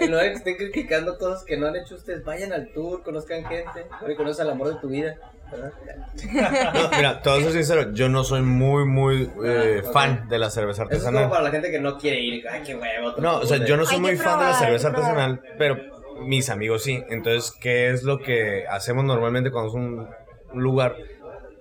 D: Y no estén criticando cosas que no han hecho ustedes. Vayan al tour, conozcan gente. Oye, conoce al amor de tu vida. ¿verdad?
C: No, mira, te voy a ser sincero, yo no soy muy, muy eh, fan de la cerveza
D: Eso es como
C: artesanal.
D: para la gente que no quiere ir. Ay, qué huevo. otro
C: No, o sea,
D: tour,
C: yo
D: eh.
C: no soy
E: Hay
C: muy
E: que
C: fan de la
E: probar, hay
C: cerveza
E: que probar.
C: artesanal, pero mis amigos sí. Entonces, ¿qué es lo que hacemos normalmente cuando es un un lugar?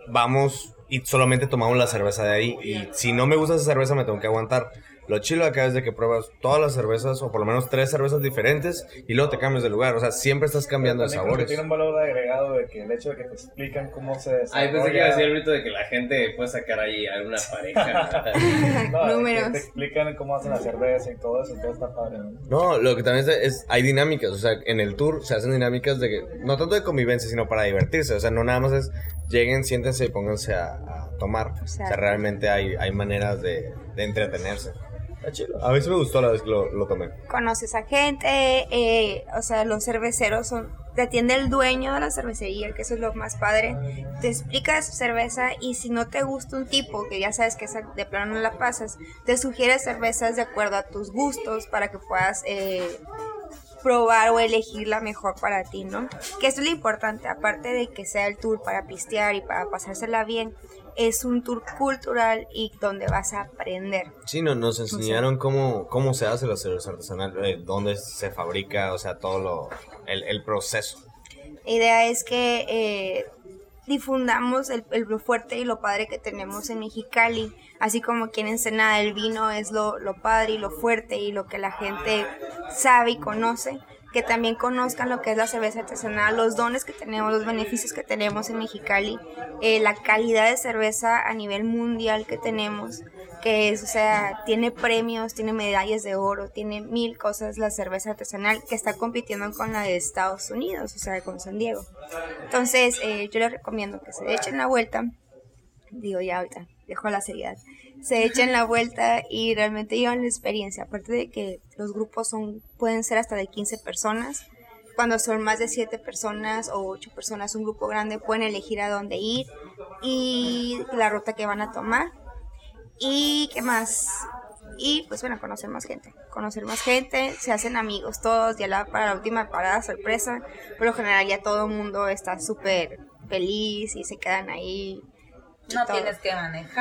C: Vamos y solamente tomamos la cerveza de ahí. Y si no me gusta esa cerveza, me tengo que aguantar. Lo chilo acá es de que pruebas todas las cervezas, o por lo menos tres cervezas diferentes, y luego te cambias de lugar. O sea, siempre estás cambiando de
G: También creo que
C: sabores.
G: Tiene un valor agregado de que el hecho de que te explican cómo se desarrolla.
D: Ay, pensé que iba a decir el grito de que la gente puede sacar ahí a alguna pareja.
G: No, de que
E: Números.
G: Te explican cómo hacen la cerveza y todo eso, todo está padre. ¿no?
C: No, lo que también es, es- hay dinámicas, o sea, en el tour se hacen dinámicas de que, no tanto de convivencia, sino para divertirse, o sea, no nada más es lleguen, siéntense y pónganse a, a tomar, o sea,
E: Exacto.
C: realmente hay, hay maneras de, de entretenerse. Está Ah, chido. A mí sí me gustó la vez que lo, lo tomé.
E: conoces a gente, eh, o sea, los cerveceros son, te atiende el dueño de la cervecería, que eso es lo más padre, te explica su cerveza y si no te gusta un tipo, que ya sabes que esa de plano no la pasas, te sugiere cervezas de acuerdo a tus gustos para que puedas eh, probar o elegir la mejor para ti, ¿no? Que eso es lo importante, aparte de que sea el tour para pistear y para pasársela bien, es un tour cultural y donde vas a aprender.
C: Sí, no- nos enseñaron cómo, cómo se hace la cerveza artesanal, eh, dónde se fabrica, o sea, todo lo, el, el proceso.
E: La idea es que eh, difundamos el, el- lo fuerte y lo padre que tenemos en Mexicali, así como aquí en Ensenada el vino es lo, lo padre y lo fuerte y lo que la gente sabe y conoce, que también conozcan lo que es la cerveza artesanal, los dones que tenemos, los beneficios que tenemos en Mexicali, eh, la calidad de cerveza a nivel mundial que tenemos, que es, o sea, tiene premios, tiene medallas de oro, tiene mil cosas la cerveza artesanal que está compitiendo con la de Estados Unidos, o sea, con San Diego. Entonces, eh, yo les recomiendo que se echen la vuelta. Digo, ya ahorita, dejo la seriedad. Se echen la vuelta y realmente llevan la experiencia. Aparte de que los grupos son, pueden ser hasta de 15 personas. Cuando son más de 7 personas o 8 personas, un grupo grande, pueden elegir a dónde ir y la ruta que van a tomar. Y qué más. Y pues bueno, conocer más gente. Conocer más gente, se hacen amigos todos, ya la, para la última parada, sorpresa. Por lo general ya todo el mundo está súper feliz y se quedan ahí. y
F: No
E: todo.
F: tienes que manejar.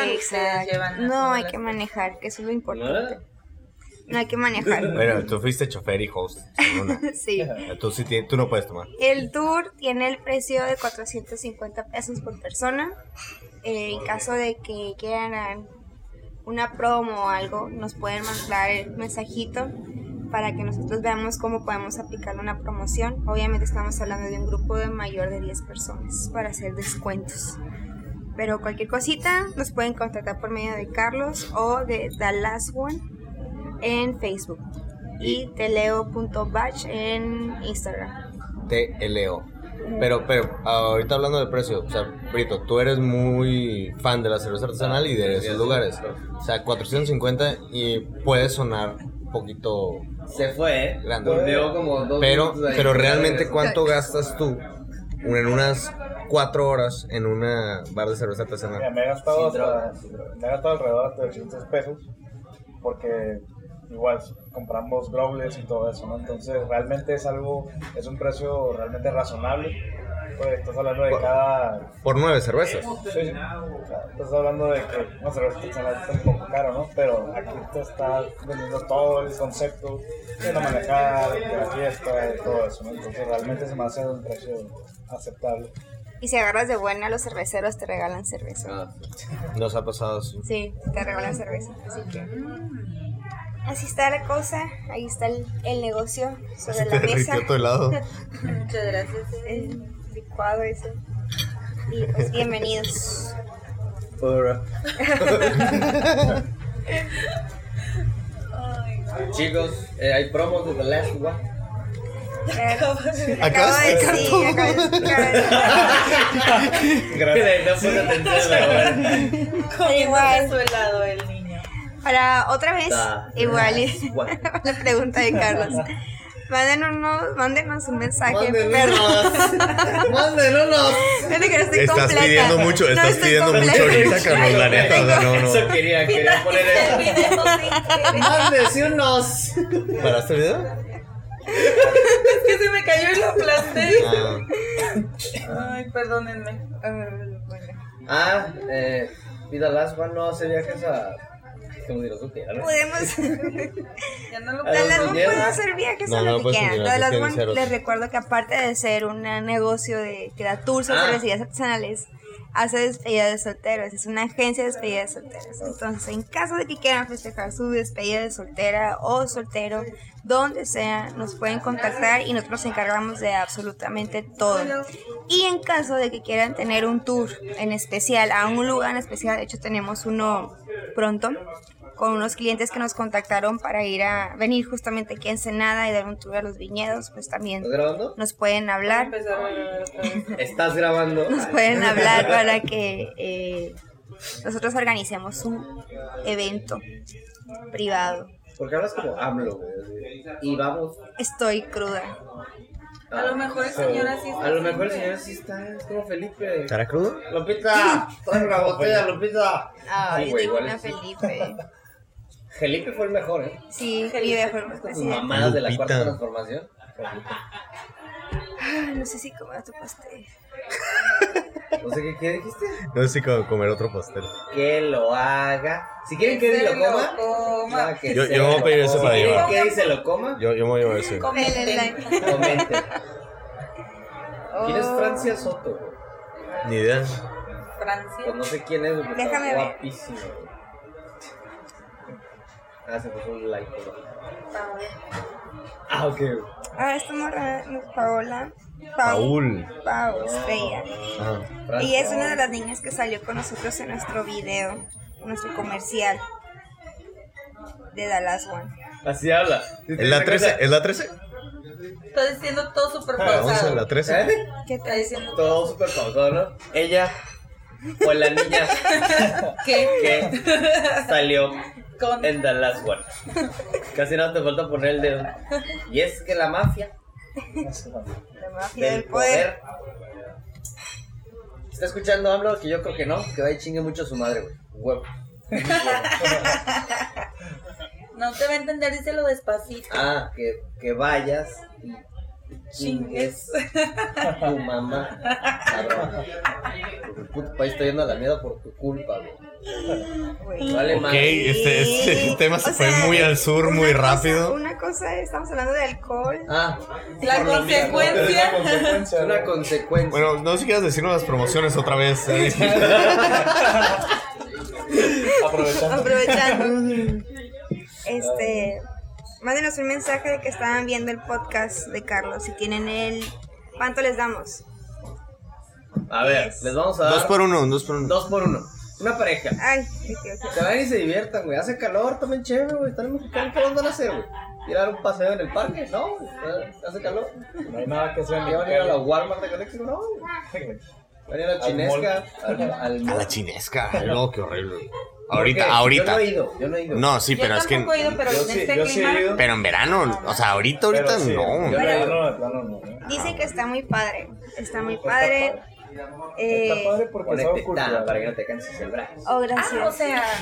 F: Ah, ustedes
E: Exacto.
F: llevan a
E: No
F: todas
E: hay
F: las-
E: que manejar, que eso es lo importante. No hay que manejar.
C: Bueno, tú fuiste chofer y host. segunda.
E: sí.
C: Tú, sí tienes- tú no puedes tomar.
E: El tour tiene el precio de 450 pesos por persona. Eh, en caso de que quieran una promo o algo, nos pueden mandar el mensajito para que nosotros veamos cómo podemos aplicar una promoción. Obviamente estamos hablando de un grupo de mayor de 10 personas para hacer descuentos. Pero cualquier cosita nos pueden contactar por medio de Carlos o de The Last One en Facebook y teleo.batch en Instagram.
C: TLO. Pero, pero, ahorita hablando del precio, o sea, Brito, tú eres muy fan de la cerveza artesanal y de esos lugares. O sea, 450 y puede sonar un poquito
D: Se fue, ¿eh?
C: Grande.
D: Durmió como dos
C: Pero,
D: minutos ahí.
C: pero realmente,
D: Regresó.
C: ¿cuánto gastas tú en unas cuatro horas en una bar de cerveza
G: Mira,
C: artesanal?
G: me he gastado
D: Sin
G: hasta, me he gastado alrededor de 800 pesos porque igual compramos dobles y todo eso, ¿no? Entonces realmente es algo, es un precio realmente razonable. Pues estás hablando de cada...
C: Por nueve cervezas.
G: sí, sí. O sea, estás hablando de que una cerveza artesanal está un poco caro, ¿no? Pero aquí te está vendiendo todo el concepto de la manejada, de la fiesta, de todo eso, ¿no? Entonces realmente se me hace un precio aceptable.
E: Y si agarras de buena, los cerveceros te regalan cerveza.
D: Ah, sí.
C: Nos ha pasado así.
E: Sí, te regalan cerveza. Así que. Así está la cosa. Ahí está el, el negocio sobre la mesa.
C: helado.
F: Muchas gracias. eh.
E: El licuado ese. Y pues bienvenidos.
D: Por-
F: Ay, no.
D: Chicos, eh, hay promos de The Last One.
E: Acabo de decir. acabo de explicar.
D: Gracias. No puse atención ahora.
E: Igual.
F: Comiéndose su helado el niño.
E: Para otra vez,
D: Ta-
E: igual
D: las- gua-
E: la pregunta de Carlos. Mándenos, mándenos un mensaje, perdón.
D: Mándenos. Mándenos.
E: Fíjate que no estoy
C: Estás
E: completa.
C: pidiendo mucho,
E: No
C: estás
E: estoy
C: pidiendo mucho
E: completa.
C: ahorita, Carlos, la neta, o sea, no,
D: Eso
C: no.
D: quería, quería poner eso.
F: Terminemos sin querer.
D: Mándenos y unos.
C: ¿Paraste el este video?
F: Es que se me cayó y lo aplasté.
C: Ah,
F: Ay, perdónenme.
E: Ah, bueno.
D: Ah, eh. Y The Last One no hace viajes a. Como si lo supiera, ¿no?
E: Podemos.
F: Ya no lo
D: A
E: Las
D: los
E: las One
D: muñeros.
E: pueden hacer viajes
C: No,
E: a
C: no pues,
E: lo que
C: puedes
E: quieran.
C: continuar,
E: Todas las
C: tienen
E: One
C: ceros.
E: les recuerdo que aparte de ser un negocio de que da tours o
D: Ah.
E: cervecerías artesanales, hace despedida de solteros. Es una agencia de despedida de solteros. Entonces, en caso de que quieran festejar su despedida de soltera o soltero, donde sea, nos pueden contactar y nosotros nos encargamos de absolutamente todo. Y en caso de que quieran tener un tour en especial, a un lugar en especial, de hecho tenemos uno pronto con unos clientes que nos contactaron para ir a venir justamente aquí a Ensenada y dar un tour a los viñedos, pues también
D: ¿Estás grabando?
E: nos pueden hablar,
F: Empezar a grabar otra vez.
D: ¿Estás grabando?
C: Ah.
E: nos pueden hablar para que eh, nosotros organicemos un evento privado.
D: Porque hablas como AMLO, güey. así. Y vamos.
E: Estoy cruda.
F: A lo mejor el
D: pero-
F: señor así está
D: A lo mejor el señor
F: siempre.
D: sí está. Es como Felipe.
C: ¿Estará crudo?
D: Lupita, trae una botella, Lupita.
E: Ay,
D: güey,
E: tengo
D: igual
E: una
D: sí.
E: Felipe.
D: Felipe fue el mejor, ¿eh?
E: Sí, mi mejor
D: Con sus
E: presidente.
D: mamadas de la
C: Lupita.
D: cuarta transformación.
E: Ay, No sé si comer tu pastel.
D: No sé qué, qué dijiste.
C: No sé si co- comer otro pastel.
D: Que lo haga. Si quieren que
F: se
D: se lo coma.
F: coma.
D: no, que
C: Yo-
D: se
C: yo voy a
D: lo
C: pedir eso
D: coma.
C: para
D: Si quieren
C: llevar.
D: que dice lo coma,
C: Yo, yo me voy a llevar ese.
E: El- el-
F: Comenten.
D: comente.
E: Oh.
D: ¿Quién es Francia Soto? güey?
C: Ni idea.
D: Pues
F: Francia.
D: no sé quién es, güey, pero
E: Déjame
D: está
E: ver.
D: guapísimo. güey. Ah, se puso un like. güey.
F: A ver.
D: Ah, ok. güey.
E: Ah, esta morra, no, Paola. Paul. Ah,
C: Paul.
E: Pau, estrella.
C: Ajá.
E: Y es una de las niñas que salió con nosotros en nuestro video, nuestro comercial de Dallas One.
D: Así habla. ¿Eh? ¿Sí te
C: ¿Es la
D: das
C: 13?
D: cuenta?
C: ¿Es la 13?
F: Estoy diciendo todo súper
C: Ah, Vamos a
F: pausado.
C: la 13.
D: ¿Eh?
E: ¿Qué
F: Está
E: tal?
F: diciendo
D: Todo súper pausado, ¿no? Ella o la niña
F: que
D: que salió
F: con
D: en The Last One. Casi no te falta poner el dedo. Y es que la mafia
E: La mafia
D: del
E: del poder.
D: poder. ¿Está escuchando AMLO? Que yo creo que no, que va y chingue mucho a su madre, güey. Huevo.
F: No te va a entender, díselo despacito.
D: Ah, que, que vayas y chingues tu mamá. cabrón. Porque el puto país está yendo a la mierda por tu culpa, güey.
E: güey.
D: Vale,
C: Ok,
D: madre.
C: este, este
E: Sí.
C: tema
E: O
C: se fue
E: sea,
C: muy al sur,
E: una
C: muy
E: cosa-
C: rápido.
E: Una cosa, estamos hablando de alcohol.
D: Ah,
F: La
D: por lo mismo, ¿no?
G: Es
F: consecuencia.
G: una consecuencia.
D: Es una
G: ¿no?
D: consecuencia.
C: Bueno, no sé si quieres decirnos las promociones otra vez. eh.
G: Aprovechando.
E: Aprovechando. este. Mándenos un mensaje de que estaban viendo el podcast de Carlos. Si tienen el. ¿Cuánto les damos?
D: a ver,
E: Yes.
D: les vamos a dar
C: dos por uno, dos por uno.
D: dos por uno. Una pareja.
E: Ay, me equivoqué.
D: Se van y se diviertan, güey. Hace calor, tomen chévere, güey. Están en Mexicali, ¿qué van a hacer, güey? ¿Ir a dar un paseo en el parque? No, güey. hace calor.
G: No hay nada que sea
D: ¿Qué van Ah, a ir a la Walmart de Calexico? No, güey. Van a ir a la
G: Al
D: chinesca. Al, al-
C: A la chinesca. No, qué horrible.
D: ¿Por qué?
C: Ahorita,
D: Yo no
C: ahorita.
D: he ido, yo no he ido.
C: No, sí,
F: yo
C: pero es que.
F: tampoco he ido, pero
G: Yo
F: en
G: sí,
F: este
G: yo sí
F: clima.
G: he ido.
C: Pero en verano, o sea, ahorita, ahorita
G: pero sí, Yo
C: no.
G: de plano, de plano no. ¿eh?
E: Dice que está muy padre. Está muy padre. Eh,
G: Está padre porque es
D: Ponete
G: algo
D: tana
G: cultural.
D: este para que no te canses el brazo.
E: oh,
F: Ah, o
E: gracias.
F: sea.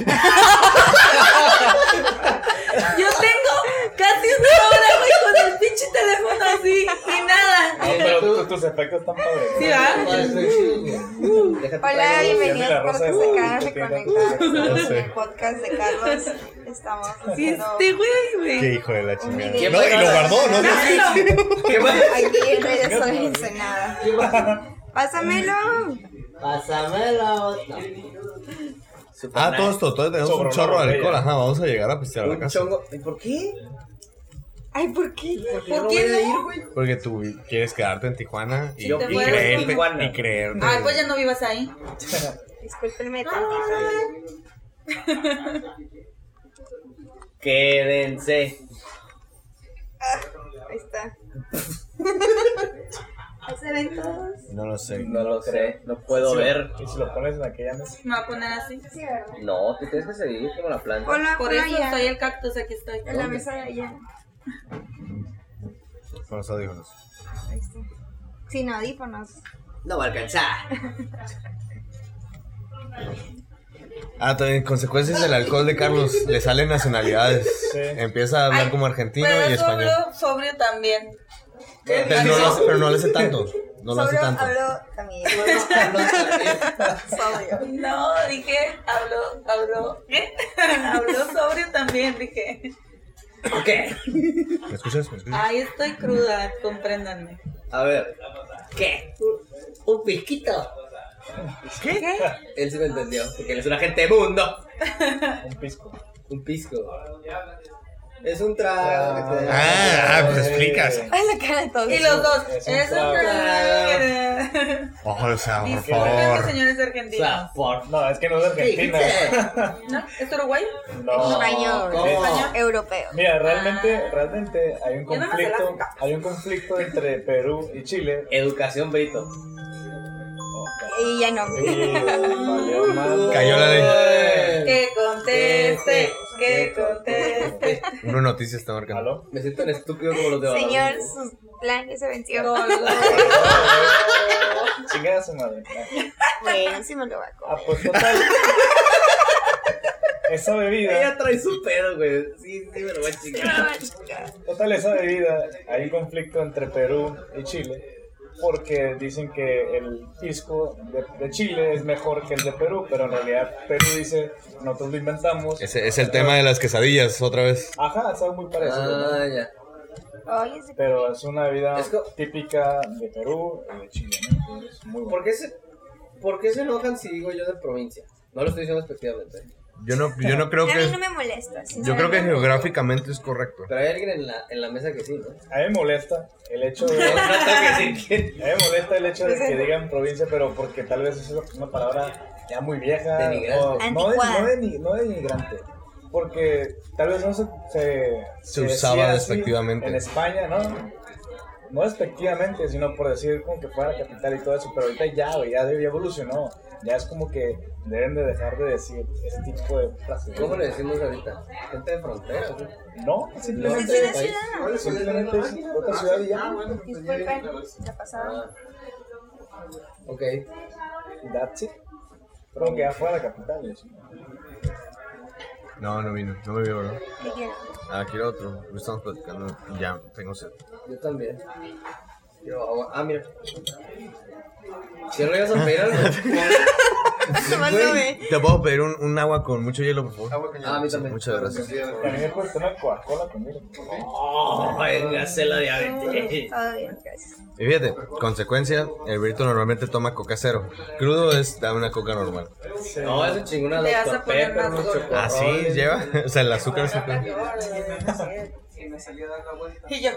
F: Yo tengo casi una hora, güey, con el pinche teléfono así y nada.
G: Pero tu- tus efectos están padres.
F: Sí, ¿verdad?
E: Hola, bienvenidos
G: la
E: por
G: rosa de
E: los que acaban de conectar
G: Guadalupe, tiene tantos
E: en el podcast de Carlos. Estamos
F: Sí,
E: haciendo
F: este güey,
C: Qué
F: güey.
C: hijo de la chingada.
E: video.
C: No, y lo guardó, no sé si-
F: Hazlo.
E: aquí en redes soy Ensenada. Pásamelo.
D: Pásamelo.
C: Ah, todo esto, todo tenemos
G: Sobre
C: un
G: una
C: chorro de alcohol.
G: botella.
C: Ajá, vamos a llegar a pistear a la
D: Un
C: casa.
D: chongo. ¿Y por qué?
E: Ay, ¿por qué?
F: ¿Por
D: no
F: qué
D: voy a
F: no?
D: ir, güey?
C: Porque tú quieres quedarte en Tijuana y,
D: Yo
C: y
F: quiero
C: creerte.
F: en
D: Tijuana.
C: Y creerte.
F: Ay, pues ya no vivas ahí.
E: Discúlpenme
F: Ah,
E: tantito.
D: Quédense.
E: Ahí está. Ahí se ven todos.
C: No lo sé.
D: No lo sé, no puedo
G: Si lo-
D: ver.
G: Y si lo pones en aquella mesa.
F: Me voy a poner así.
E: Sí, ¿verdad?
D: No, tú tienes que seguir como la planta.
E: Ponlo,
F: Por
E: ponlo
F: eso
E: allá.
F: estoy el cactus, aquí estoy.
E: En la mesa de allá.
C: Con los audífonos.
E: Ahí está. Sin audífonos.
D: No va a alcanzar.
C: Ah, también consecuencias del alcohol de Carlos. Le salen nacionalidades.
G: Sí.
C: Empieza a hablar
F: Ay,
C: como argentino
F: pero
C: y español.
F: sobrio, sobrio también.
C: Pero no, lo hace, pero no lo hace tanto. No lo hace
E: Sobrio
C: tanto.
E: hablo también. Sobrio.
F: No, dije, habló, habló, ¿qué? habló sobrio también, dije.
D: ¿Qué?
C: ¿Me escuchas?
E: Ah.
C: ¿Me escuchas?
F: Ay, estoy cruda, compréndanme.
D: A ver. ¿Qué? Un pisquito.
E: ¿Qué?
D: Él sí me entendió, porque él es un agente de mundo.
G: Un pisco.
D: Un pisco. Es un trago. que te-
C: Ah, ah, pues explicas.
E: Ay, la cara de todos.
F: Y los dos,
G: Es un
F: es un cruda.
C: Oh, o sea, por
F: Disculpen,
C: favor.
F: señores
D: O sea,
C: Ah.
F: argentinos.
D: por-
G: No, es que no es
D: ¿Qué
G: Argentina. ¿eh?
D: dijiste?
F: ¿No? ¿Es Uruguay?
C: Oh,
G: No.
E: Español.
D: ¿Cómo?
E: Europeo.
G: Mira, realmente, realmente hay un
F: Yo no me sé
G: conflicto,
F: las-
G: hay un conflicto entre Perú y Chile. Oh,
D: Educación Brito.
E: Y ya no.
G: Y valió madre.
C: Cayó la
D: eh,
C: ley.
F: Que
D: Este,
F: conteste, que conteste.
C: Una noticia está marcando.
G: ¿Aló?
D: Me siento tan estúpido como los de Badabun.
E: Señor, sus planes se vencieron.
F: Color.
G: Chingada su madre.
E: Bueno, sí me lo va a comer.
G: Ah, pues total. Esa bebida,
D: Ella trae su pedo, güey. Sí, sí, me lo voy a chingar.
G: total, esa bebida, hay un conflicto entre Perú y Chile. Porque dicen que el pisco de, de Chile es mejor que el de Perú, pero en realidad Perú dice, nosotros lo inventamos.
C: Ese es el tema de las quesadillas, otra vez.
G: Ajá, sabe muy parecido. ¿no?
D: Ah, ya.
E: Oye, sí.
G: Pero es una bebida
D: Es que-
G: típica de Perú y de Chile, ¿no? Es eh, muy bueno.
D: ¿Por qué se ¿Por qué se enojan si digo yo de provincia? No lo estoy diciendo despectivamente.
C: Yo no, yo no creo
E: a
C: que.
E: mí no me molesta.
C: Yo creo que
E: sinceramente.
C: geográficamente es correcto.
D: Pero hay alguien en la, en la mesa que sí, ¿no?
G: A mí me molesta el hecho de.
D: No tengo que decir
G: A mí me molesta el hecho de que digan provincia, pero porque tal vez es una palabra ya muy vieja.
D: Denigrante.
G: o- no,
E: Anticuada.
G: no, deni- no denigrante. Porque tal vez no se. Se,
C: Se
G: decía
C: usaba
G: así
C: despectivamente.
G: En España, ¿no? No despectivamente, sino por decir como que fuera la capital y todo eso. Pero ahorita ya, güey, ya, ya evolucionó. Ya es como que deben de dejar de decir ese tipo de frases.
D: que- ¿Cómo le decimos ahorita? Gente de frontera, ¿sí?
G: No, simplemente.
E: Pues Es una
G: país.
E: ciudad. Ah, pues
G: Simplemente es otra ciudad y ya.
E: Disculpen, la pasada.
D: Ah. Ok.
G: That's it. Pero que ya fuera la capital. y eso.
C: No, no vino. No me vio, bro.
E: ¿Qué quieren?
C: Ah, quiero otro. Lo estamos platicando. Ya, tengo sed.
D: Yo también. Quiero agua. Ah, mira. Si no le ibas a pedir algo.
E: Nomás no ve.
C: Te puedo pedir un, un agua con mucho hielo, por favor.
D: Ah, a mí también.
C: Muchas gracias.
G: A mí me cuesta una Coca-Cola conmigo.
D: Oh, véngase la diabetes.
E: Todo bien, gracias.
C: Y fíjate, consecuencia, el Brito normalmente toma coca cero. Crudo es da una coca normal.
D: No, eso chingona
F: Le vas
D: Dr.
F: a poner
D: Pepper,
F: más
D: unos
F: gordo.
D: chocorroles.
C: Así Ah, lleva. O sea, el azúcar es azúcar.
F: Y yo,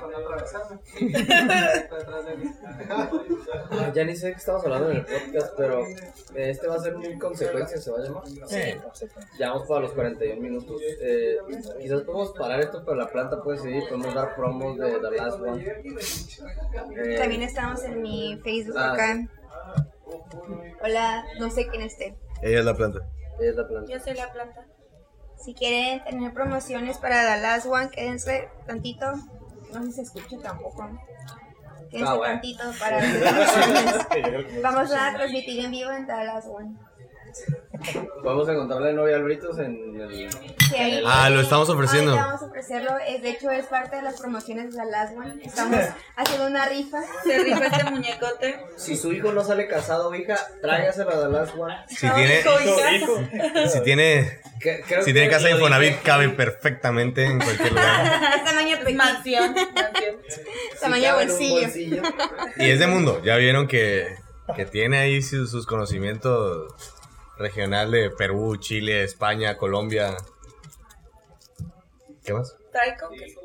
D: Ah, Ya ni sé de qué estamos hablando en el podcast, pero eh, este va a ser muy consecuencia, se va a llamar. Ya vamos para los 41 minutos. Eh, quizás podemos parar esto, pero la planta puede seguir. Podemos dar promos de The Last One. Eh,
E: También estamos en mi Facebook
D: Ah.
E: acá. Hola, no sé quién esté.
C: Ella es la planta.
D: es la planta.
F: yo soy la planta.
E: Si quieren tener promociones para The Last One, quédense tantito. No sé si se escucha tampoco. Quédense
D: Ah, bueno.
E: tantito para hacer promociones. Vamos a transmitir en vivo en The Last One.
D: Podemos encontrarle novia al Britos en el.
E: Sí, ahí-
C: Ah, lo estamos ofreciendo.
E: Ahorita vamos a ofrecerlo. Es, de hecho, es parte de las promociones de The Last One. Estamos haciendo una rifa.
F: Se rifa este muñecote.
D: Si su hijo no sale casado o hija, tráigaselo a The Last One.
C: Si
F: No,
C: tiene,
F: hijo, hija.
C: si tiene,
D: Que- creo
C: si tiene
D: que
C: casa de
D: lo
C: Infonavit,
D: dije-
C: cabe perfectamente en cualquier lugar.
E: Tamaño pequeño.
F: Mansión, mansión.
E: Tamaño
D: cabe en un
E: bolsillo.
C: Y es de mundo. Ya vieron que, que tiene ahí su- sus conocimientos regional de Perú, Chile, España, Colombia. ¿Qué más?
F: Trae con queso.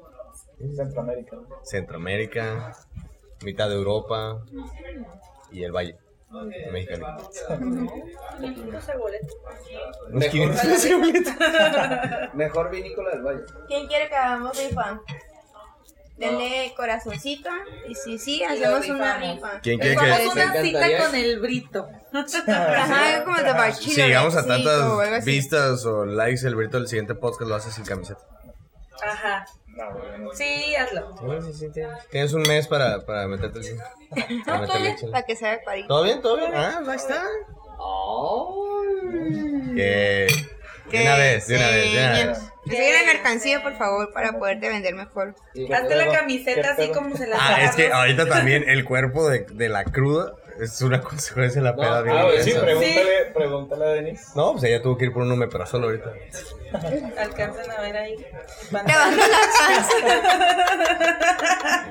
G: Centroamérica.
C: Centroamérica, mitad de Europa y el Valle. Mexicano.
F: México se boleta.
C: Unos 500
D: Mejor vinícola del Valle.
E: ¿Quién quiere que hagamos rifa? Denle corazoncito y si sí, hacemos una rifa.
C: ¿Quién quiere
F: Vamos
C: que-
F: a una
D: encantaría.
F: cita con el brito.
E: Ajá, como de
C: Si
E: bachiller.
C: llegamos a
E: o algo
C: tantas
E: así.
C: vistas o likes, el Brito del siguiente podcast lo hace sin camiseta.
F: Ajá.
G: No, güey, no.
F: Sí, hazlo.
C: Tienes un mes para, para meterte el para meterle el chile.
E: Para que se vea cuadrito.
C: ¿Todo bien? ¿Todo bien? Ah, ahí está. Que- De una vez, de una vez, de una vez.
E: Sigue la mercancía, por favor, para poderte vender mejor.
F: Hazte la camiseta así como se la
C: Ah, es que
F: sacamos.
C: ahorita también el cuerpo de, de la cruda es una consecuencia de la peda. bien
G: Ah, güey, sí,
C: intensa.
G: pregúntale, pregúntale a Denise.
C: no, pues ella tuvo que ir por un omeprazol ahorita.
F: Alcanzan a ver ahí.
E: Te bajo la panza.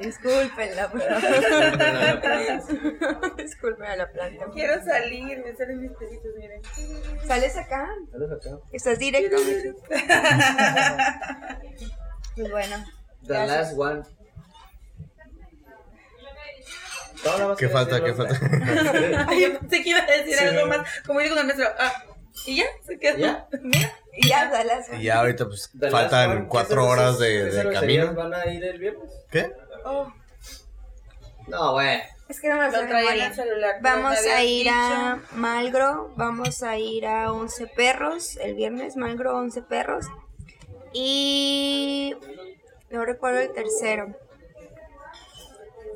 E: Disculpenla, por favor. Disculpen a la planta.
F: Quiero salir, me salen mis pesitos, miren.
E: ¿Sales acá?
D: Sales acá.
E: ¿Estás directo? Pues bueno.
D: The Last One. No, nada más
C: ¿Qué
D: que
C: falta? ¿Qué
D: decirlo.
C: falta?
F: Ay, yo pensé que iba a decir algo más. Como dijo el maestro, ah, y ya, se quedó.
D: ¿Ya?
F: Mira,
E: Y ya, Dallas.
C: Y ya ahorita pues
D: The Last One,
C: faltan
D: ¿qué
C: cuatro
D: cervezas-
C: horas de,
D: qué
C: de
D: cervecerías
C: camino.
D: van a ir el viernes?
C: ¿Qué?
D: No, güey.
E: Es que no me lo sé
F: Oh, Lo
E: de
F: traía en
E: memoria.
F: el celular, pero
E: Ah, Vamos
F: me
E: a
F: habías
E: ir a Malgro, vamos a ir a Once Perros el viernes, Malgro, Once Perros. Y no recuerdo el tercero.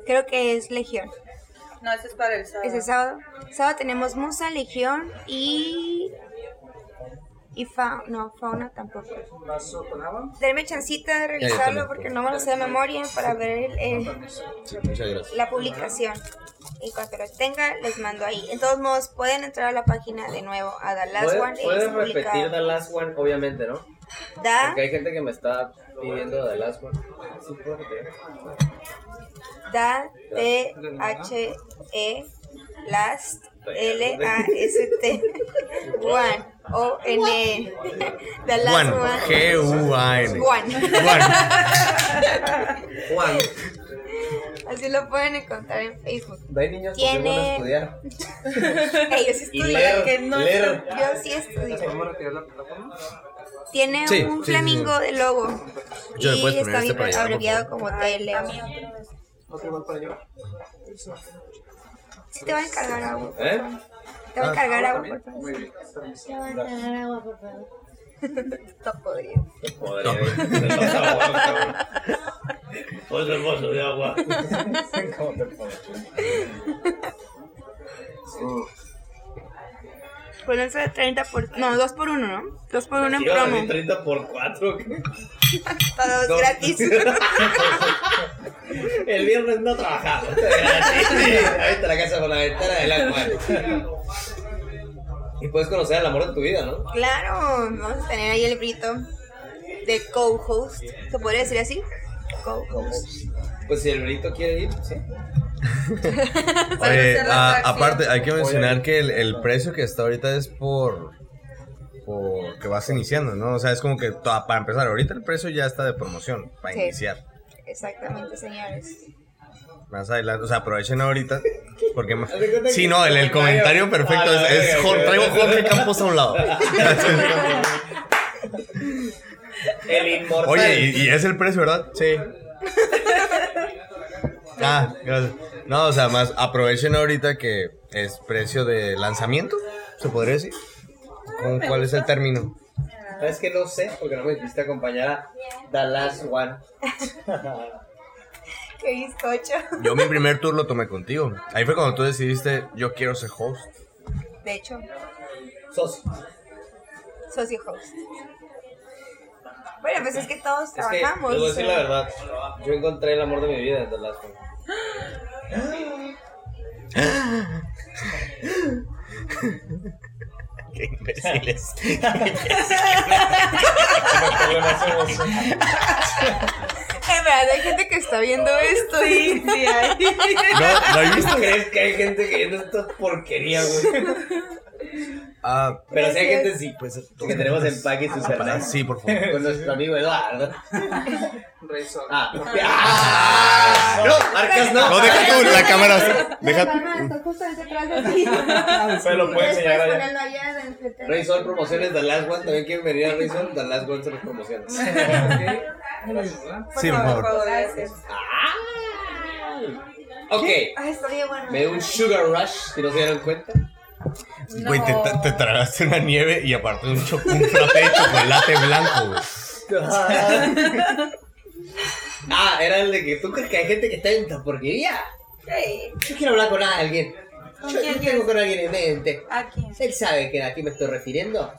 E: Creo que es Legión.
F: No, ese es para el sábado.
E: Ese sábado. Sábado tenemos Musa, Legión y. Y Fauna. No, Fauna tampoco. Denme chancita de revisarlo
C: también.
E: porque no me lo sé de memoria para ver el- eh, el,
C: Sí, muchas gracias.
E: la publicación. En cuanto los tenga, les mando ahí. En todos modos, pueden entrar a la página de nuevo a The Last One.
D: Puedes,
E: es
D: puedes
E: publicada.
D: repetir The Last One, obviamente, ¿no?
E: Da,
D: Porque hay gente que me está pidiendo The Last One. Sí, puedo repetir.
E: da, T, H, E, Last L A S T One O N E The last
C: Juan,
E: one One
C: G-U-A-N. Juan.
D: Juan,
E: Así lo pueden encontrar en Facebook
D: hay niños que se van a
E: Tiene-
D: estudiar.
E: Ey, yo sí
D: Y
E: estudié
D: leer,
F: que no-
D: leer.
E: Yo sí estudié
D: ¿Podemos retirar la plataforma?
E: Tiene
C: Sí, sí,
E: un
C: sí,
E: flamingo de logo
C: Yo,
E: Y
C: ¿puedes poner
E: está
C: este para allá, por
E: abreviado como TLO
D: ¿Otro igual para yo?
E: Sí te va a encargar agua
D: ¿Eh? ah,
E: Te
C: Ah,
E: va a encargar agua por favor.
D: Muy bien. permiso.
F: Te van a dar agua, por favor.
E: Está podrido
C: No.
H: Otro pozo de agua.
G: ¿Cómo te puedo decir?
E: Con eso de 30 por... No, 2 por 1, ¿no? 2 por 1 en
H: Yo
E: promo
H: también 30 por 4.
E: Todos gratis
H: El viernes no trabajamos.
D: Ahí está la casa con la ventana del agua. Y puedes conocer al amor de tu vida, ¿no?
E: Claro, vamos a tener ahí el grito de co-host. ¿Se podría decir así? Co-host.
D: Pues si el Brito quiere ir, sí.
C: Oye,
F: hacer la
C: a-
F: atracción.
C: aparte, hay que mencionar que el, el precio que está ahorita es por, por que vas iniciando, ¿no? O sea, es como que to- para empezar, ahorita el precio ya está de promoción, para
E: Sí.
C: iniciar.
E: Exactamente, señores.
C: Más adelante, o sea, aprovechen ahorita, porque más... Sí, no, el, el comentario perfecto es, es Jor- traigo Jorge Campos a un lado.
D: El inmortal.
C: Oye, y, y es el precio, ¿verdad? Sí. Ah, gracias. No, o sea, más aprovechen ahorita que es precio de lanzamiento, se podría decir. ¿Cómo-
F: me
C: ¿Cuál es el
F: gusta.
C: término?
D: es que no sé, porque no me quisiste acompañar a The Last One.
E: Qué bizcocho.
C: Yo mi primer tour lo tomé contigo. Ahí fue cuando tú decidiste, yo quiero ser host.
E: De hecho,
D: Sos.
E: socio host. Bueno, pues es que todos
D: Es que, les
E: trabajamos.
D: voy a decir
E: o
D: la
E: sea,
D: verdad. Yo encontré el amor de mi vida en The Last One.
C: Qué imbéciles.
E: En Eh, verdad, hay gente que está viendo esto y.
F: Sí, ahí.
C: No, ¿lo he visto?
D: ¿Crees que hay gente que viendo esta porquería, güey?
C: Ah,
D: Pero si hay gente, sí, pues que tenemos empaque y sus
C: para-
D: hermanos.
C: Ah, sí, por favor.
D: Con nuestro amigo Eduardo.
G: Rey Sol.
D: Ah, ¡Ah! no, marcas no.
C: No, deja tú la cámara. Deja
E: Mamá, está justo detrás de ti.
G: Se lo puede enseñar
E: Puedes
G: allá.
E: ponerlo allá de enfrente.
D: Rey Sol promociones The Last One. También quieren venir a Rey Sol. The Last One se los promociona.
C: Sí, por favor.
F: gracias.
D: Ok,
E: Ay, Ah, está bien bueno.
D: me dio un sugar rush, si no se dieron cuenta.
C: Güey, te, te- te tragaste una nieve y aparte un, cho- un frappé de chocolate blanco, güey.
D: Ah, era el de que tú crees que hay gente que está en esta porquería.
F: Sí.
D: Yo quiero hablar con alguien.
F: ¿Con
D: Yo,
F: quién
D: yo
F: quieres?
D: tengo con alguien en mente.
F: Aquí.
D: Él sabe que a qué me estoy refiriendo.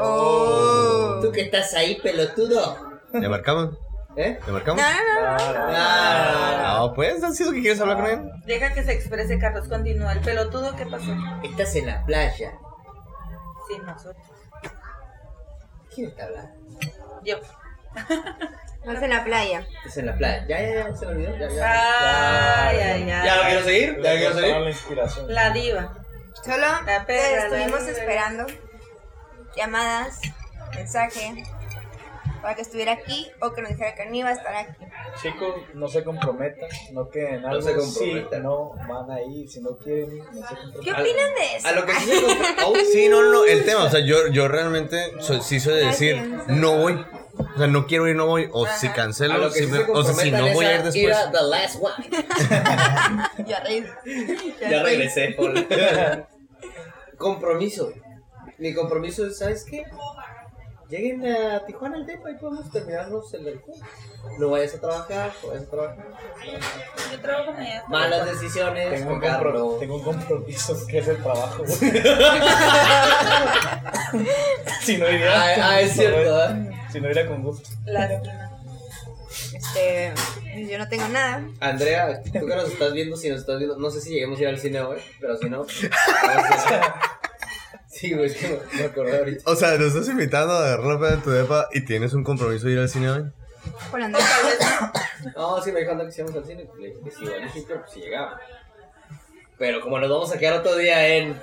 E: Oh.
D: Tú que estás ahí, pelotudo.
C: ¿Le marcamos?
D: ¿Eh?
C: ¿Le
E: No,
C: marcamos?
E: no, no. no.
D: Ah,
C: No, pues, ¿ha sido que quieres hablar con él?
F: Deja que se exprese Carlos, continúa. El pelotudo, ¿qué pasó?
D: estás en la playa.
F: Sí, nosotros.
D: ¿Quién está hablando?
F: Yo.
E: Vamos en la playa.
D: Estás en la playa. Ya, ya, ya, se me olvidó. Ya, ya.
F: Ay,
D: ya.
F: ay, ay.
D: ¿Ya lo quiero seguir? ¿Ya lo quiero
G: Tomaron
D: seguir?
G: la inspiración.
F: La diva.
E: Solo
F: La
E: te
F: perra,
E: estuvimos
F: la-
E: esperando llamadas, mensaje, para que estuviera aquí o que nos dijera que no iba a estar aquí.
G: Chicos, no se comprometan, no queden algo.
D: se
G: sí,
D: comprometan.
G: no van a ir, si no quieren, no se
E: ¿Qué
G: comprometan.
E: opinan de eso?
D: A lo que sí se encontró- Oh,
C: Sí, no, no, el tema, o sea, yo, yo realmente soy- sí soy de decir,
E: Gracias.
C: no voy. O sea, no quiero ir, no voy. O
F: Ajá.
C: si
D: A
C: cancelo,
D: lo que
C: si
D: sí
C: me-
D: se
C: o sea, si
D: comprometan
C: no
D: es
C: voy a
D: a
C: ir
D: ir
C: después.
D: a The Last One.
E: Ya reí. Ya
D: Ya
E: reí.
D: regresé, Paul. compromiso. Mi compromiso es, ¿sabes qué? Lleguen a Tijuana al depa y podemos terminarnos el alcohol. No vayas a trabajar, no vayas a trabajar.
F: Yo trabajo media.
D: Malas decisiones,
G: Tengo un,
D: tocarlo.
G: compro- tengo un compromiso que es el trabajo. güey. si no iría.
D: Ah, ah, es cierto, ¿eh?
G: Si no iría con gusto.
F: Lástima.
E: Este, yo no tengo nada.
D: Andrea, tú que nos estás viendo, si nos estás viendo, no sé si lleguemos a ir al cine hoy, pero si no. vamos a- Sí, güey, es que me- me acordé ahorita.
C: O sea, nos estás invitando a agarrar la de tu depa y tienes un compromiso de ir al cine hoy.
E: Por
F: O
E: andar.
F: tal vez no.
D: No, sí, me dijo Andrea que si íbamos al cine, le dije que sí, bueno, sí, pero pues si llegaba. pues, Pero como nos vamos a quedar otro día en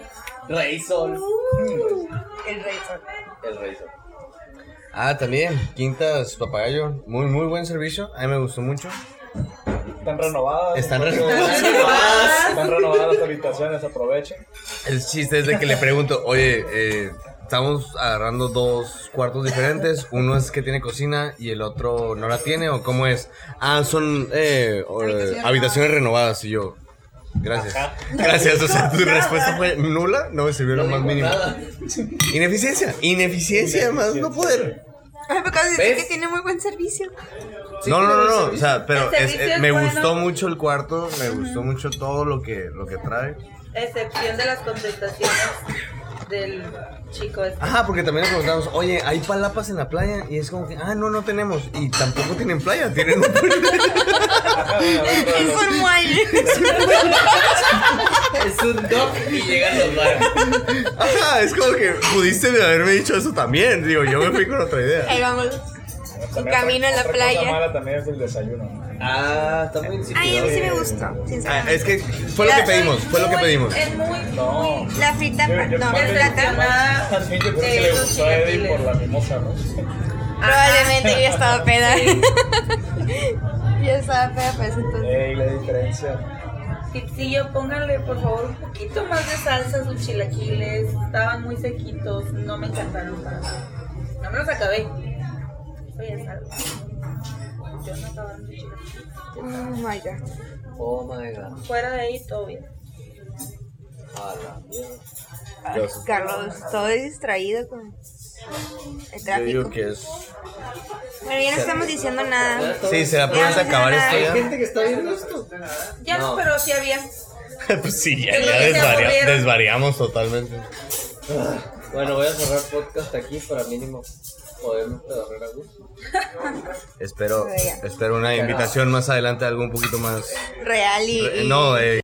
D: Rey Sol,
E: El rey sol.
D: el Rey Sol.
C: Ah, también, Quintas Papagayo. Muy, muy buen servicio. A mí me gustó mucho.
G: Están renovadas.
C: Están
G: entonces-
C: renovadas.
G: Están renovadas las habitaciones, aprovechen.
C: El chiste es de que le pregunto, oye, eh, estamos agarrando dos cuartos diferentes. Uno es que tiene cocina y el otro no la tiene, o cómo es. Ah, son eh, o-
F: Habitaciones
C: habitaciones renovadas. Y yo, gracias. Gracias. O sea, tu respuesta fue nula, no me sirvió lo más mínimo. Ineficiencia, ineficiencia, más no poder.
E: Ay, pero acabas de
D: ¿Ves?
E: decir que tiene muy buen servicio.
C: No, no, no, no. O sea, pero
F: El
C: es-
F: servicio
C: eh, me
F: es bueno.
C: gustó mucho el cuarto, me gustó mucho todo lo que, lo que trae.
F: Excepción de las contestaciones del chico este.
C: Ajá, porque también le preguntamos, oye, ¿hay palapas en la playa? Y es como que, ah, no, no tenemos. Y tampoco tienen playa, tienen un
E: Es formal.
D: Es un doc y llegan los bares.
C: Ajá, es como que pudiste haberme dicho eso también. Digo, yo me fui con otra idea.
E: Ahí vamos. Tu
G: También
E: camino a la
G: otra cosa
E: playa.
G: mala también es el desayuno. ¿no?
D: Ah, está muy
E: Ay, a
D: insípido.
E: mí sí me gustó,
C: Ah,
E: sinceramente.
C: es que fue lo que pedimos, fue lo que pedimos.
F: Es muy, muy
G: No.
E: La frita,
G: Yo-
E: pa-
G: yo-
E: no, plata.
G: yo-
F: decepcionada
G: Al fin yo creo
F: de
G: que le
F: esos
G: gustó a Eddie
F: chilaquiles.
G: por la mimosa, ¿no?
F: Ah,
E: Probablemente yo estaba peda. Yo estaba peda, pues entonces.
G: Ey, la diferencia.
F: Tipsillo, póngale por favor un poquito más de salsa a sus chilaquiles. Estaban muy sequitos, no me encantaron para nada. No me los acabé. Soy de salsa. Yo no acababa mis chilaquiles.
E: Oh my god.
D: Oh my god.
F: Fuera de ahí, todo bien.
D: A la mierda.
E: Carlos, estoy distraído con el tráfico.
C: que es.
E: Pero ya no estamos diciendo nada.
C: Sí, será por eso acabar esto
D: Gente que está viendo esto.
F: Ya,
D: No.
F: pero sí había.
C: ya. pues sí, ya,
F: Sí, ya se
C: desvaria-
F: aburrieron.
C: desvariamos totalmente.
D: Ah, Bueno, voy a cerrar podcast aquí para mínimo podemos agarrar a gusto.
C: Espero,
E: Ya.
C: espero una invitación más adelante, algo un poquito más.
E: Real y. y-
C: No, eh,